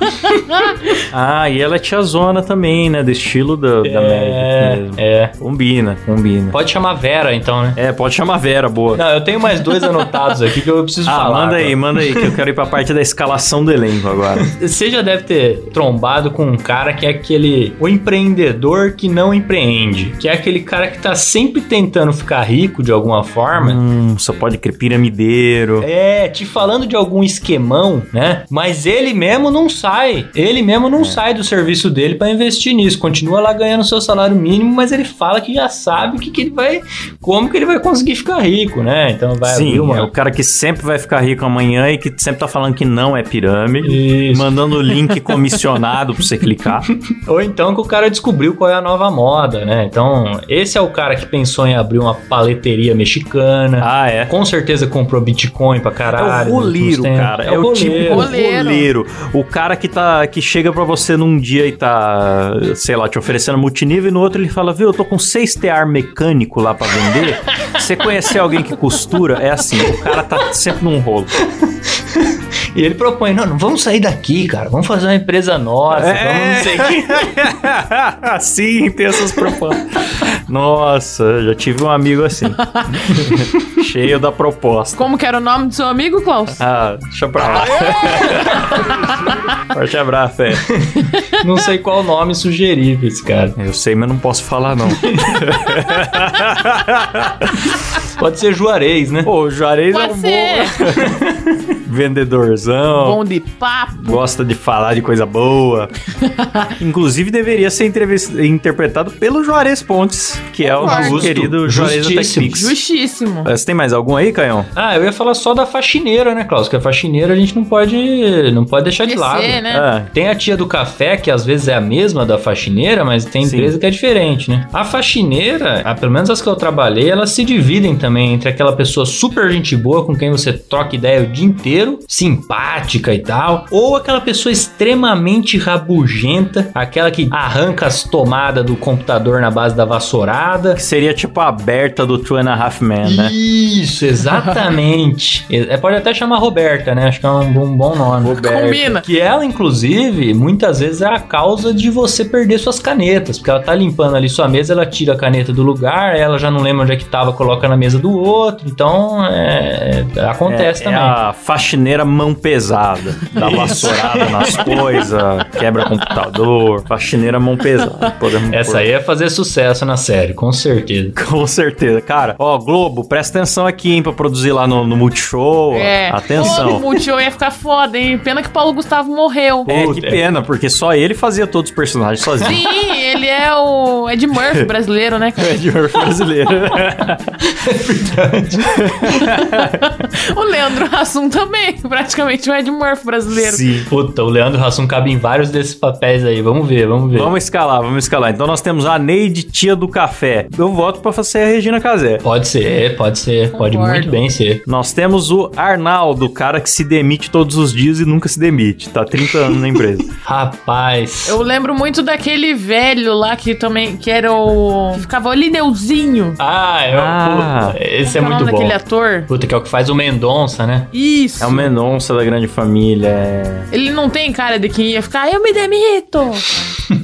[SPEAKER 2] Ah, e ela é tiazona também, né? Do estilo da,
[SPEAKER 4] é
[SPEAKER 2] da Meredith mesmo.
[SPEAKER 3] é.
[SPEAKER 2] Combina, combina.
[SPEAKER 3] Pode chamar Vera, então, né?
[SPEAKER 2] É, pode chamar Vera, boa.
[SPEAKER 3] Não, eu tenho mais dois anotados aqui que eu preciso
[SPEAKER 2] ah,
[SPEAKER 3] falar.
[SPEAKER 2] manda aí,
[SPEAKER 3] cara.
[SPEAKER 2] manda aí, que eu quero ir pra parte da escalação do elenco agora.
[SPEAKER 3] Você já deve ter trombado com um cara que é aquele. O empreendedor que não empreende. Que é aquele cara que tá sempre tentando ficar rico de alguma forma.
[SPEAKER 2] hum, só pode crer piramideiro.
[SPEAKER 3] É, te falando de algum esquemão, né? Mas ele mesmo não sai. Ele mesmo
[SPEAKER 2] É.
[SPEAKER 3] não sai do serviço dele pra investir nisso. Continua lá ganhando seu salário mínimo, mas ele fala que já sabe que, que ele vai. Como que ele vai conseguir ficar rico, né? Então vai
[SPEAKER 2] Sim,
[SPEAKER 3] abrir uma.
[SPEAKER 2] é o cara que sempre vai ficar rico amanhã e que sempre tá falando que não é pirâmide.
[SPEAKER 3] Isso.
[SPEAKER 2] Mandando o link comissionado pra você clicar.
[SPEAKER 3] Ou então que o cara descobriu qual é a nova moda, né? Então, esse é o cara que pensou em abrir uma paleteria mexicana.
[SPEAKER 2] Ah, é.
[SPEAKER 3] Com certeza comprou Bitcoin pra
[SPEAKER 2] É
[SPEAKER 3] caralho. né,
[SPEAKER 2] o roleiro,
[SPEAKER 3] nos últimos tempos.
[SPEAKER 2] cara. É, o
[SPEAKER 3] roleiro.
[SPEAKER 2] típico
[SPEAKER 4] Roleiro.
[SPEAKER 2] roleiro. O cara que, tá, que chega pra você num dia e tá, sei lá, te oferecendo multinível e no outro ele fala, viu, eu tô com seis tear mecânico lá pra vender. Você conhecer alguém que costura, é assim, o cara tá sempre num rolo.
[SPEAKER 3] E ele propõe, não, não vamos sair daqui, cara, vamos fazer uma empresa nossa,
[SPEAKER 2] É.
[SPEAKER 3] vamos não sei o quê.
[SPEAKER 2] Sim, tem essas propostas. Nossa, já tive um amigo assim. Cheio da proposta.
[SPEAKER 4] Como que era o nome do seu amigo, Klaus?
[SPEAKER 2] Ah, deixa pra lá. Forte abraço, é.
[SPEAKER 3] Não sei qual nome sugerir pra esse cara.
[SPEAKER 2] Eu sei, mas não posso falar, não.
[SPEAKER 3] Pode ser Juarez, né?
[SPEAKER 2] Pô, o Juarez é
[SPEAKER 4] Pode
[SPEAKER 2] um
[SPEAKER 4] ser.
[SPEAKER 2] bom vendedorzão,
[SPEAKER 4] Bom de papo.
[SPEAKER 2] gosta de falar de coisa boa. Inclusive, deveria ser entrevis- interpretado pelo Juarez Pontes, que é o
[SPEAKER 4] Concordo.
[SPEAKER 2] nosso querido Juarez da
[SPEAKER 3] Justíssimo.
[SPEAKER 2] TechPix.
[SPEAKER 4] Justíssimo.
[SPEAKER 2] Eh, Você tem mais algum aí, Canhão?
[SPEAKER 3] Ah, eu ia falar só da faxineira, né, Klaus? Que a faxineira a gente não pode, não pode deixar É de lado.
[SPEAKER 4] Esquecer, né?
[SPEAKER 2] Ah,
[SPEAKER 3] Tem a tia do café, que às vezes é a mesma da faxineira, mas tem
[SPEAKER 2] Sim.
[SPEAKER 3] empresa que é diferente, né? A faxineira, ah, pelo menos as que eu trabalhei, elas se dividem também entre aquela pessoa super gente boa, com quem você troca ideia o dia inteiro, simpática e tal, ou aquela pessoa extremamente rabugenta, aquela que arranca as tomadas do computador na base da vassourada.
[SPEAKER 2] que seria tipo a Berta do Two and a Half Men, né?
[SPEAKER 3] Isso, exatamente. É, pode até chamar Roberta, né? Acho que é um, um bom nome.
[SPEAKER 4] Combina.
[SPEAKER 3] Que ela, inclusive, muitas vezes é a causa de você perder suas canetas, porque ela tá limpando ali sua mesa, ela tira a caneta do lugar, ela já não lembra onde é que tava, coloca na mesa do outro, então é, acontece
[SPEAKER 2] É- é
[SPEAKER 3] também.
[SPEAKER 2] a faxineira mão pesada. Dá vassourada nas coisas, quebra computador. Faxineira mão pesada. Podemos
[SPEAKER 3] Essa
[SPEAKER 2] pôr.
[SPEAKER 3] aí é fazer sucesso na série, com certeza.
[SPEAKER 2] Com certeza, cara. Ó, Globo, presta atenção aqui, hein, pra produzir lá no, no Multishow.
[SPEAKER 4] Pô, o
[SPEAKER 2] Atenção.
[SPEAKER 4] Multishow É. ia ficar foda, hein? Pena que o Paulo Gustavo morreu.
[SPEAKER 2] É, que
[SPEAKER 3] Puta.
[SPEAKER 2] pena, porque só ele fazia todos os personagens sozinho.
[SPEAKER 4] Sim, ele é o Ed Murphy brasileiro, né, cara?
[SPEAKER 2] Ed Murphy brasileiro.
[SPEAKER 4] O Leandro Hassum também, praticamente o Ed Murphy brasileiro.
[SPEAKER 2] Sim.
[SPEAKER 3] Puta, o Leandro Hassum cabe em vários desses papéis aí. Vamos ver, vamos ver.
[SPEAKER 2] Vamos escalar, vamos escalar. Então nós temos a Neide, tia do café. Eu voto pra ser a Regina Casé.
[SPEAKER 3] Pode ser, pode ser. Pode
[SPEAKER 4] Concordo.
[SPEAKER 3] muito bem ser.
[SPEAKER 2] Nós temos o Arnaldo, o cara que se demite todos os dias e nunca se demite. Tá 30 anos na empresa.
[SPEAKER 3] Rapaz.
[SPEAKER 4] Eu lembro muito daquele velho lá que também, que era o... que ficava o Lineuzinho.
[SPEAKER 3] Ah, eu,
[SPEAKER 2] Ah.
[SPEAKER 3] puta, esse é
[SPEAKER 4] Como que o
[SPEAKER 3] muito
[SPEAKER 4] nome
[SPEAKER 3] bom.
[SPEAKER 4] daquele ator.
[SPEAKER 3] Puta, que é o que faz o Mendonça, né?
[SPEAKER 4] Isso.
[SPEAKER 2] É o Mendonça da grande família. é.
[SPEAKER 4] Ele não tem cara de quem ia ficar, "Ah, eu me demito.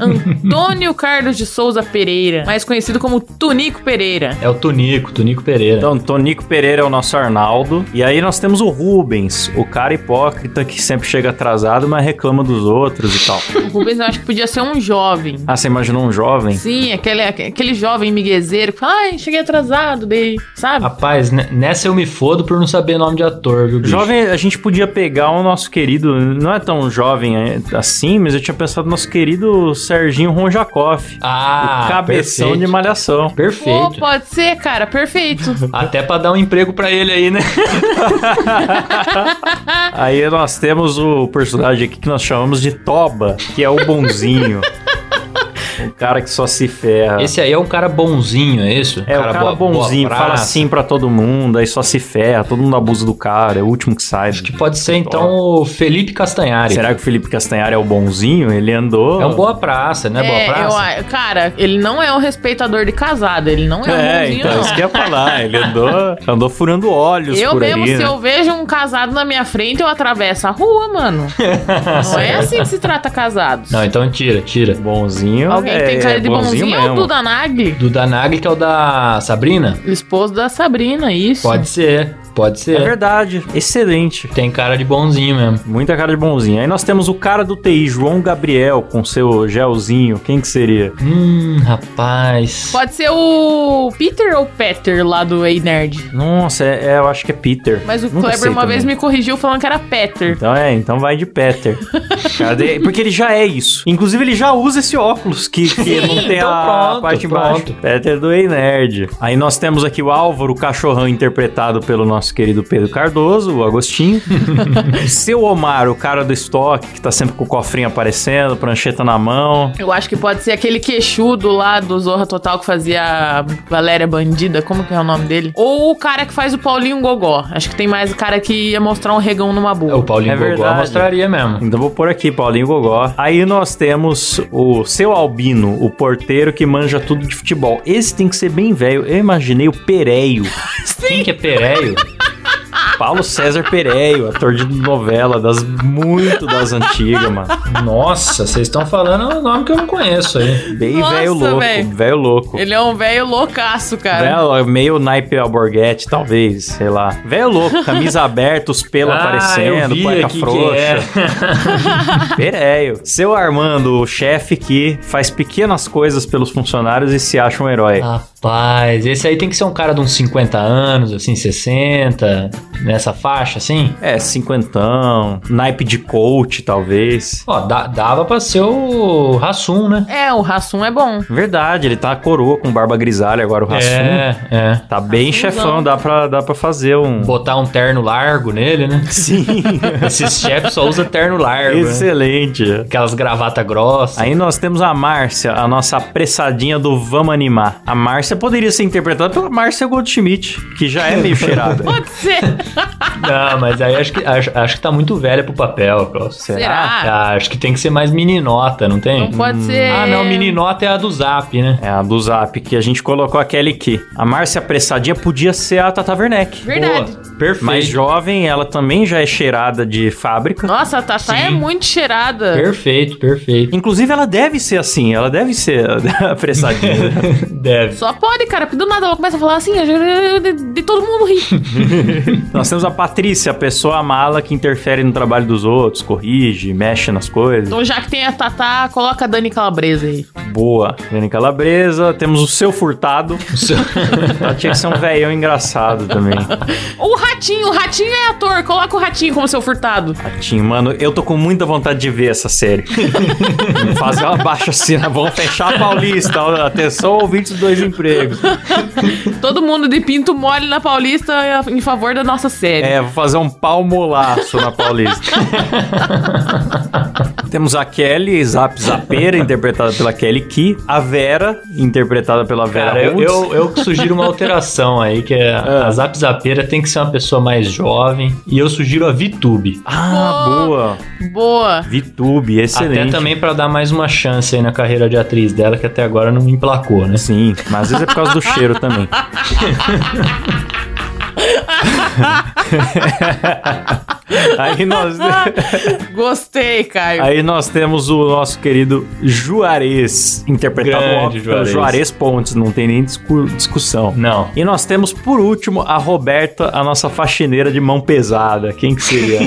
[SPEAKER 4] Antônio Carlos de Souza Pereira, mais conhecido como Tunico Pereira.
[SPEAKER 3] É o Tonico, Tonico Pereira.
[SPEAKER 2] Então, Tonico Pereira é o nosso Arnaldo. E aí nós temos o Rubens, o cara hipócrita que sempre chega atrasado, mas reclama dos outros e tal.
[SPEAKER 4] O Rubens eu acho que podia ser um jovem.
[SPEAKER 2] Ah, você imaginou um jovem?
[SPEAKER 4] Sim, aquele, aquele jovem miguezeiro que fala, ai, cheguei atrasado, dei, sabe?
[SPEAKER 3] Rapaz, ne- nessa eu me fodo por não saber nome de ator, viu, bicho?
[SPEAKER 2] Jovem, a gente podia pegar o nosso querido, não é tão jovem é, assim, mas eu tinha pensado no nosso querido Serginho Ronjakoff.
[SPEAKER 3] Ah,
[SPEAKER 2] o cabeção de
[SPEAKER 3] perfeito.
[SPEAKER 2] malhação.
[SPEAKER 4] Pô,
[SPEAKER 3] Perfeito.
[SPEAKER 4] pode ser, cara, perfeito.
[SPEAKER 3] Até pra dar um emprego pra ele aí, né?
[SPEAKER 2] Aí nós temos o personagem aqui que nós chamamos de Toba, que é o bonzinho. o cara que só se ferra.
[SPEAKER 3] Esse aí é um cara bonzinho, é isso?
[SPEAKER 2] Tá. é, o cara
[SPEAKER 3] boa- boa
[SPEAKER 2] bonzinho, fala
[SPEAKER 3] praça.
[SPEAKER 2] assim pra todo mundo, aí só se ferra, todo mundo abusa do cara, é o último que sai.
[SPEAKER 3] Acho que pode ser, então, o Felipe Castanhari.
[SPEAKER 2] Será que o Felipe Castanhari é o bonzinho? Ele andou...
[SPEAKER 3] É um boa praça, né? boa
[SPEAKER 4] É, eu
[SPEAKER 3] praça.
[SPEAKER 4] a- cara, ele não é um respeitador de casada, ele não é um
[SPEAKER 2] É,
[SPEAKER 4] bonzinho,
[SPEAKER 2] então,
[SPEAKER 4] não.
[SPEAKER 2] isso que eu ia falar. Ele andou, andou furando olhos
[SPEAKER 4] Eu
[SPEAKER 2] por
[SPEAKER 4] mesmo,
[SPEAKER 2] aí,
[SPEAKER 4] se
[SPEAKER 2] né?
[SPEAKER 4] eu vejo um casado na minha frente, eu atravesso a rua, mano. Não é assim que se trata casados.
[SPEAKER 3] Não, então tira, tira.
[SPEAKER 2] Bonzinho
[SPEAKER 4] Alguém que
[SPEAKER 2] é,
[SPEAKER 4] tem cara de
[SPEAKER 2] é
[SPEAKER 4] bonzinho,
[SPEAKER 2] bonzinho
[SPEAKER 4] é o
[SPEAKER 2] mesmo.
[SPEAKER 4] Duda Nagli,
[SPEAKER 3] Do Danagli, que é o da Sabrina?
[SPEAKER 4] esposo da Sabrina, isso.
[SPEAKER 3] Pode ser, pode
[SPEAKER 2] É
[SPEAKER 3] ser.
[SPEAKER 2] verdade, excelente.
[SPEAKER 3] Tem cara de bonzinho mesmo.
[SPEAKER 2] Muita cara de bonzinho. Aí nós temos o cara do TI, João Gabriel, com seu gelzinho. Quem que seria?
[SPEAKER 3] Hum, rapaz.
[SPEAKER 4] Pode ser o Peter ou Peter lá do Ei Nerd.
[SPEAKER 2] Nossa, é, é, eu acho que é Peter.
[SPEAKER 4] Mas o
[SPEAKER 2] Nunca sei
[SPEAKER 4] Kleber uma
[SPEAKER 2] também.
[SPEAKER 4] vez me corrigiu falando que era Peter.
[SPEAKER 2] Então é, então vai de Peter. Cadê? Porque ele já é isso. Inclusive, ele já usa esse óculos que, que não tem
[SPEAKER 3] então
[SPEAKER 2] a
[SPEAKER 3] pronto,
[SPEAKER 2] parte embaixo.
[SPEAKER 3] pronto.
[SPEAKER 2] Peter do Ei Nerd. Aí nós temos aqui o Álvaro, o cachorrão interpretado pelo nosso querido Pedro Cardoso, o Agostinho. Seu Omar, o cara do estoque, que tá sempre com o cofrinho aparecendo, prancheta na mão.
[SPEAKER 4] Eu acho que pode ser aquele queixudo lá do Zorra Total que fazia a Valéria Bandida, como que é o nome dele? Ou o cara que faz o Paulinho Gogó. Acho que tem mais o cara que ia mostrar um regão numa
[SPEAKER 3] É, O
[SPEAKER 4] boa.
[SPEAKER 3] Paulinho
[SPEAKER 2] É
[SPEAKER 3] Gogó
[SPEAKER 2] verdade.
[SPEAKER 3] mostraria mesmo.
[SPEAKER 2] Então vou pôr aqui, Paulinho Gogó. Aí nós temos o seu Albino, o porteiro que manja tudo de futebol. Esse tem que ser bem velho. Eu imaginei o Pereio.
[SPEAKER 3] Quem que é Pereio?
[SPEAKER 2] Paulo César Pereio, ator de novela, das muito das antigas, mano.
[SPEAKER 3] Nossa, vocês estão falando um nome que eu não conheço aí.
[SPEAKER 2] Bem
[SPEAKER 4] Nossa,
[SPEAKER 2] velho louco,
[SPEAKER 4] véi.
[SPEAKER 2] velho louco.
[SPEAKER 4] Ele é um velho loucaço, cara.
[SPEAKER 2] Velho, meio naipe alborguete, talvez, sei lá. Velho louco, camisa aberta, os
[SPEAKER 3] Ah,
[SPEAKER 2] pelos aparecendo, cueca frouxa.
[SPEAKER 3] é.
[SPEAKER 2] Pereio. Seu Armando, o chefe que faz pequenas coisas pelos funcionários e se acha um herói.
[SPEAKER 3] Rapaz, esse aí tem que ser um cara de uns 50 anos, assim, 60, nessa faixa, assim.
[SPEAKER 2] É, cinquentão, naipe de coach, talvez.
[SPEAKER 3] Ó, dá- dava pra ser o Rassum, né?
[SPEAKER 4] É, o Rassum é bom.
[SPEAKER 2] Verdade, ele tá na coroa com barba grisalha agora, o Rassum.
[SPEAKER 3] É, é.
[SPEAKER 2] Tá bem
[SPEAKER 4] Rassumzão.
[SPEAKER 2] chefão, dá pra, dá pra fazer um...
[SPEAKER 3] Botar um terno largo nele, né?
[SPEAKER 2] Sim,
[SPEAKER 3] Esses chefes só usam terno largo, né?
[SPEAKER 2] excelente.
[SPEAKER 3] Aquelas gravatas grossas.
[SPEAKER 2] Aí nós temos a Márcia, a nossa apressadinha do Vamos Animar. A Márcia poderia ser interpretada pela Márcia Goldschmidt, que já é meio cheirada.
[SPEAKER 4] Pode ser.
[SPEAKER 3] Não, mas aí acho que, acho, acho que tá muito velha pro papel, Klaus.
[SPEAKER 4] Será?
[SPEAKER 3] Ah, acho que tem que ser mais meninota, não tem?
[SPEAKER 4] Não pode ser.
[SPEAKER 3] Ah, não, meninota é a do Zap, né?
[SPEAKER 2] É a do Zap, que a gente colocou a Kelly Key. A Márcia apressadinha podia ser a Tata Werneck.
[SPEAKER 4] Verdade.
[SPEAKER 3] Boa, perfeito.
[SPEAKER 2] Mais jovem, ela também já é cheirada de fábrica.
[SPEAKER 4] Nossa, a Tatá é muito cheirada.
[SPEAKER 3] Perfeito, perfeito.
[SPEAKER 2] Inclusive, ela deve ser assim, ela deve ser apressadinha.
[SPEAKER 3] Deve.
[SPEAKER 4] Só pode, cara, porque do nada ela começa a falar assim, eu, eu, eu- de todo mundo ri.
[SPEAKER 2] Nós temos a Patrícia, a pessoa mala que interfere no trabalho dos outros, corrige, mexe nas coisas.
[SPEAKER 4] Então, já que tem a Tatá, coloca a Dani Calabresa aí.
[SPEAKER 2] Boa. Dani Calabresa. Temos o seu furtado. Ela tinha que ser um velhão engraçado também.
[SPEAKER 4] O Ratinho, o Ratinho é ator, coloca o Ratinho como seu furtado.
[SPEAKER 2] Ratinho, mano, eu tô com muita vontade de ver essa série. Vamos Fazer uma baixa cena, vamos fechar a Paulista. ó, Atenção, ouvintes dos dois empregos.
[SPEAKER 4] Todo mundo de pinto mole na Paulista em favor da nossa série.
[SPEAKER 2] É, vou fazer um palmolaço na Paulista. Temos a Kelly Zap Zapeira, interpretada pela Kelly Ki. A Vera, interpretada pela Vera
[SPEAKER 3] Cara, eu,
[SPEAKER 2] Holtz.
[SPEAKER 3] eu, eu sugiro uma alteração aí, que é a Zap Zapeira tem que ser uma pessoa mais jovem. E eu sugiro a VTube.
[SPEAKER 2] Ah, boa.
[SPEAKER 4] Boa.
[SPEAKER 2] VTube, excelente.
[SPEAKER 3] Até também pra dar mais uma chance aí na carreira de atriz dela, que até agora não emplacou, né?
[SPEAKER 2] Sim, mas às vezes é por causa do cheiro também. Aí nós,
[SPEAKER 4] Gostei, Caio.
[SPEAKER 2] aí nós temos o nosso querido Juarez, interpretado
[SPEAKER 3] Grande
[SPEAKER 2] óbvio, pelo
[SPEAKER 3] Juarez.
[SPEAKER 2] Juarez Pontes, não tem nem discu- discussão.
[SPEAKER 3] Não.
[SPEAKER 2] E nós temos, por último, a Roberta, a nossa faxineira de mão pesada. Quem que seria?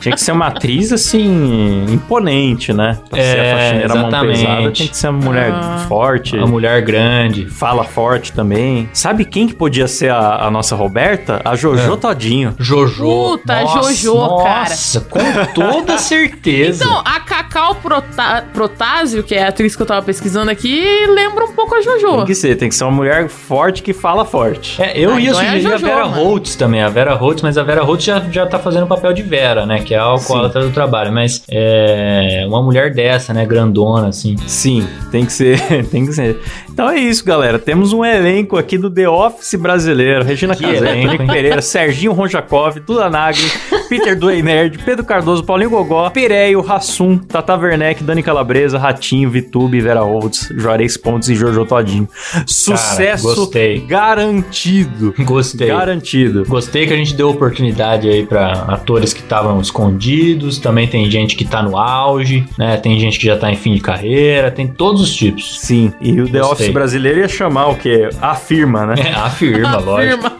[SPEAKER 2] tinha que ser uma atriz, assim, imponente, né? Pra ser
[SPEAKER 3] É,
[SPEAKER 2] a faxineira mão
[SPEAKER 3] exatamente.
[SPEAKER 2] pesada, tinha que ser uma mulher forte.
[SPEAKER 3] A mulher grande.
[SPEAKER 2] Fala forte também. Sabe quem que podia ser a, a nossa Roberta? A
[SPEAKER 3] É.
[SPEAKER 2] Jojo Todinho.
[SPEAKER 3] Jojo.
[SPEAKER 4] Puta, Jojo,
[SPEAKER 3] Nossa, com toda certeza.
[SPEAKER 4] Então, a Cacau Prota- Protásio, que é a atriz que eu tava pesquisando aqui, lembra um pouco a
[SPEAKER 2] Tem
[SPEAKER 4] Jojo.
[SPEAKER 2] que ser, tem que ser uma mulher forte que fala forte.
[SPEAKER 3] É, eu
[SPEAKER 4] Ah,
[SPEAKER 3] ia
[SPEAKER 4] então é a
[SPEAKER 3] sugerir a,
[SPEAKER 4] Jojo,
[SPEAKER 3] Vera
[SPEAKER 4] mano.
[SPEAKER 3] Holtz também, a Vera Holtz, mas a Vera Holtz já, já tá fazendo o papel de Vera, né? Que é a alcoólatra do trabalho. Mas é uma mulher dessa, né? Grandona, assim.
[SPEAKER 2] Sim, tem que ser, tem que ser. Então é isso, galera. Temos um elenco aqui do The Office brasileiro. Regina
[SPEAKER 3] Que
[SPEAKER 2] Casé,
[SPEAKER 3] elenco,
[SPEAKER 2] Nick
[SPEAKER 3] hein?
[SPEAKER 2] Pereira, Serginho Ronjakov, Duda Nagli, Peter Duenerd, Pedro Cardoso, Paulinho Gogó, Pereio, Rassum, Tata Werneck, Dani Calabresa, Ratinho, Vitube, Vera Holtz, Juarez Pontes e Jojo Todinho. Sucesso
[SPEAKER 3] gostei.
[SPEAKER 2] garantido.
[SPEAKER 3] Gostei.
[SPEAKER 2] Garantido.
[SPEAKER 3] Gostei que a gente deu oportunidade aí pra atores que estavam escondidos, também tem gente que tá no auge, né? Tem gente que já tá em fim de carreira, tem todos os tipos.
[SPEAKER 2] Sim, e o The
[SPEAKER 3] Gostei.
[SPEAKER 2] Office brasileiro ia chamar o quê? A firma, né?
[SPEAKER 3] É, afirma, lógico.
[SPEAKER 4] Firma.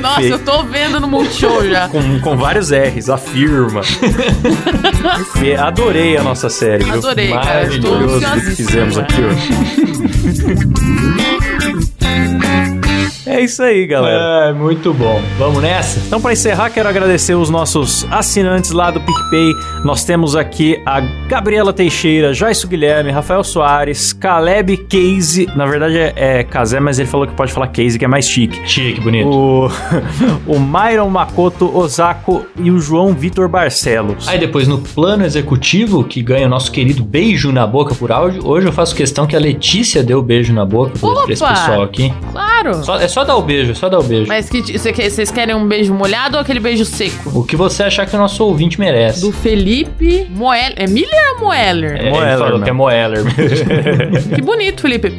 [SPEAKER 4] Nossa, eu tô vendo no Multishow já.
[SPEAKER 2] Com, com vários R's, a firma. Fe- Adorei a nossa série, viu?
[SPEAKER 4] Adorei, cara. Eu tô
[SPEAKER 2] Maravilhoso o que
[SPEAKER 4] ansiosíssima.
[SPEAKER 2] fizemos aqui hoje. É isso aí, galera.
[SPEAKER 3] É, muito bom. Vamos nessa?
[SPEAKER 2] Então, para encerrar, quero agradecer os nossos assinantes lá do PicPay. Nós temos aqui a Gabriela Teixeira, Jaisso Guilherme, Rafael Soares, Caleb Case. Na verdade é, é Casé, mas ele falou que pode falar Case, que é mais chique.
[SPEAKER 3] Chique, bonito.
[SPEAKER 2] O, o Myron Makoto Osako e o João Vitor Barcelos.
[SPEAKER 3] Aí depois no plano executivo, que ganha o nosso querido beijo na boca por áudio, hoje eu faço questão que a Letícia deu o beijo na boca pra pra esse
[SPEAKER 4] Opa!
[SPEAKER 3] pessoal aqui.
[SPEAKER 4] Claro.
[SPEAKER 3] Só- é só dar o beijo, é só dar o beijo.
[SPEAKER 4] Mas que, cê quer- vocês querem um beijo molhado ou aquele beijo seco?
[SPEAKER 3] O que você achar que o nosso ouvinte merece.
[SPEAKER 4] Do Felipe Moeller. É Miller ou Moeller?
[SPEAKER 3] É,
[SPEAKER 2] Moeller,
[SPEAKER 3] ele falou
[SPEAKER 2] né?
[SPEAKER 3] que é Moeller.
[SPEAKER 4] Que bonito, Felipe.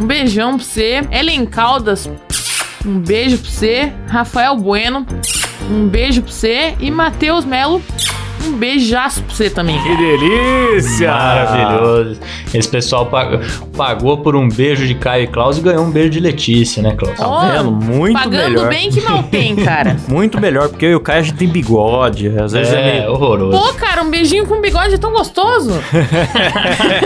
[SPEAKER 4] Um beijão pra você. Ellen Caldas, um beijo pra você. Rafael Bueno, um beijo pra você. E Matheus Melo, um beijaço pra você também.
[SPEAKER 2] Que delícia!
[SPEAKER 3] Maravilhoso. Esse pessoal pa- pagou por um beijo de Caio e Klaus e ganhou um beijo de Letícia, né, Klaus?
[SPEAKER 4] Ó,
[SPEAKER 2] Tá vendo? Muito
[SPEAKER 4] Pagando
[SPEAKER 2] melhor.
[SPEAKER 4] bem que mal tem, cara.
[SPEAKER 2] Muito melhor, porque eu e o Caio a gente tem bigode. Às vezes é,
[SPEAKER 3] É,
[SPEAKER 2] meio...
[SPEAKER 3] horroroso.
[SPEAKER 4] Pô, cara, um beijinho com bigode é tão gostoso.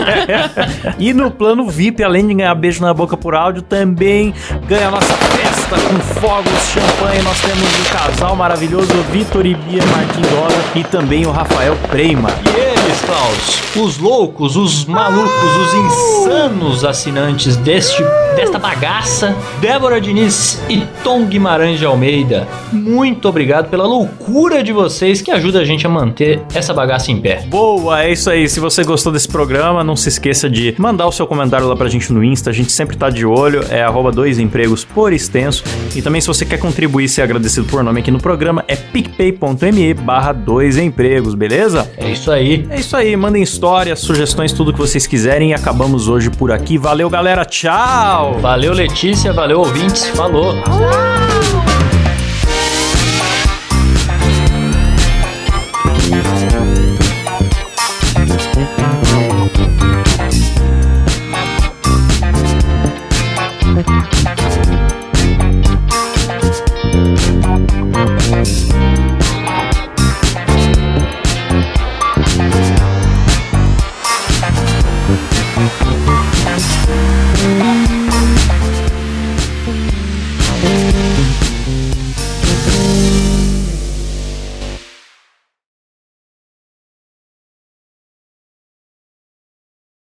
[SPEAKER 2] E no plano VIP, além de ganhar beijo na boca por áudio, também ganha a nossa festa com fogos, champanhe. Nós temos o casal maravilhoso Vitor e Bia Martin Dosa e também o Rafael Preima.
[SPEAKER 3] E eles, Klaus? Os loucos, os malucos, os insanos assinantes deste, desta bagaça, Débora Diniz e Tom Guimarães de Almeida. Muito obrigado pela loucura de vocês que ajuda a gente a manter essa bagaça em pé.
[SPEAKER 2] Boa, é isso aí. Se você gostou desse programa, não se esqueça de mandar o seu comentário lá pra gente no Insta. A gente sempre tá de olho, é arroba dois empregos por extenso. E também se você quer contribuir e ser agradecido por nome aqui no programa, é picpay.me barra dois empregos, beleza?
[SPEAKER 3] É isso aí.
[SPEAKER 2] É isso aí, mandem histórias, sugestões, tudo que vocês quiserem. E acabamos hoje por aqui. Valeu, galera. Tchau!
[SPEAKER 3] Valeu, Letícia. Valeu, ouvintes. Falou.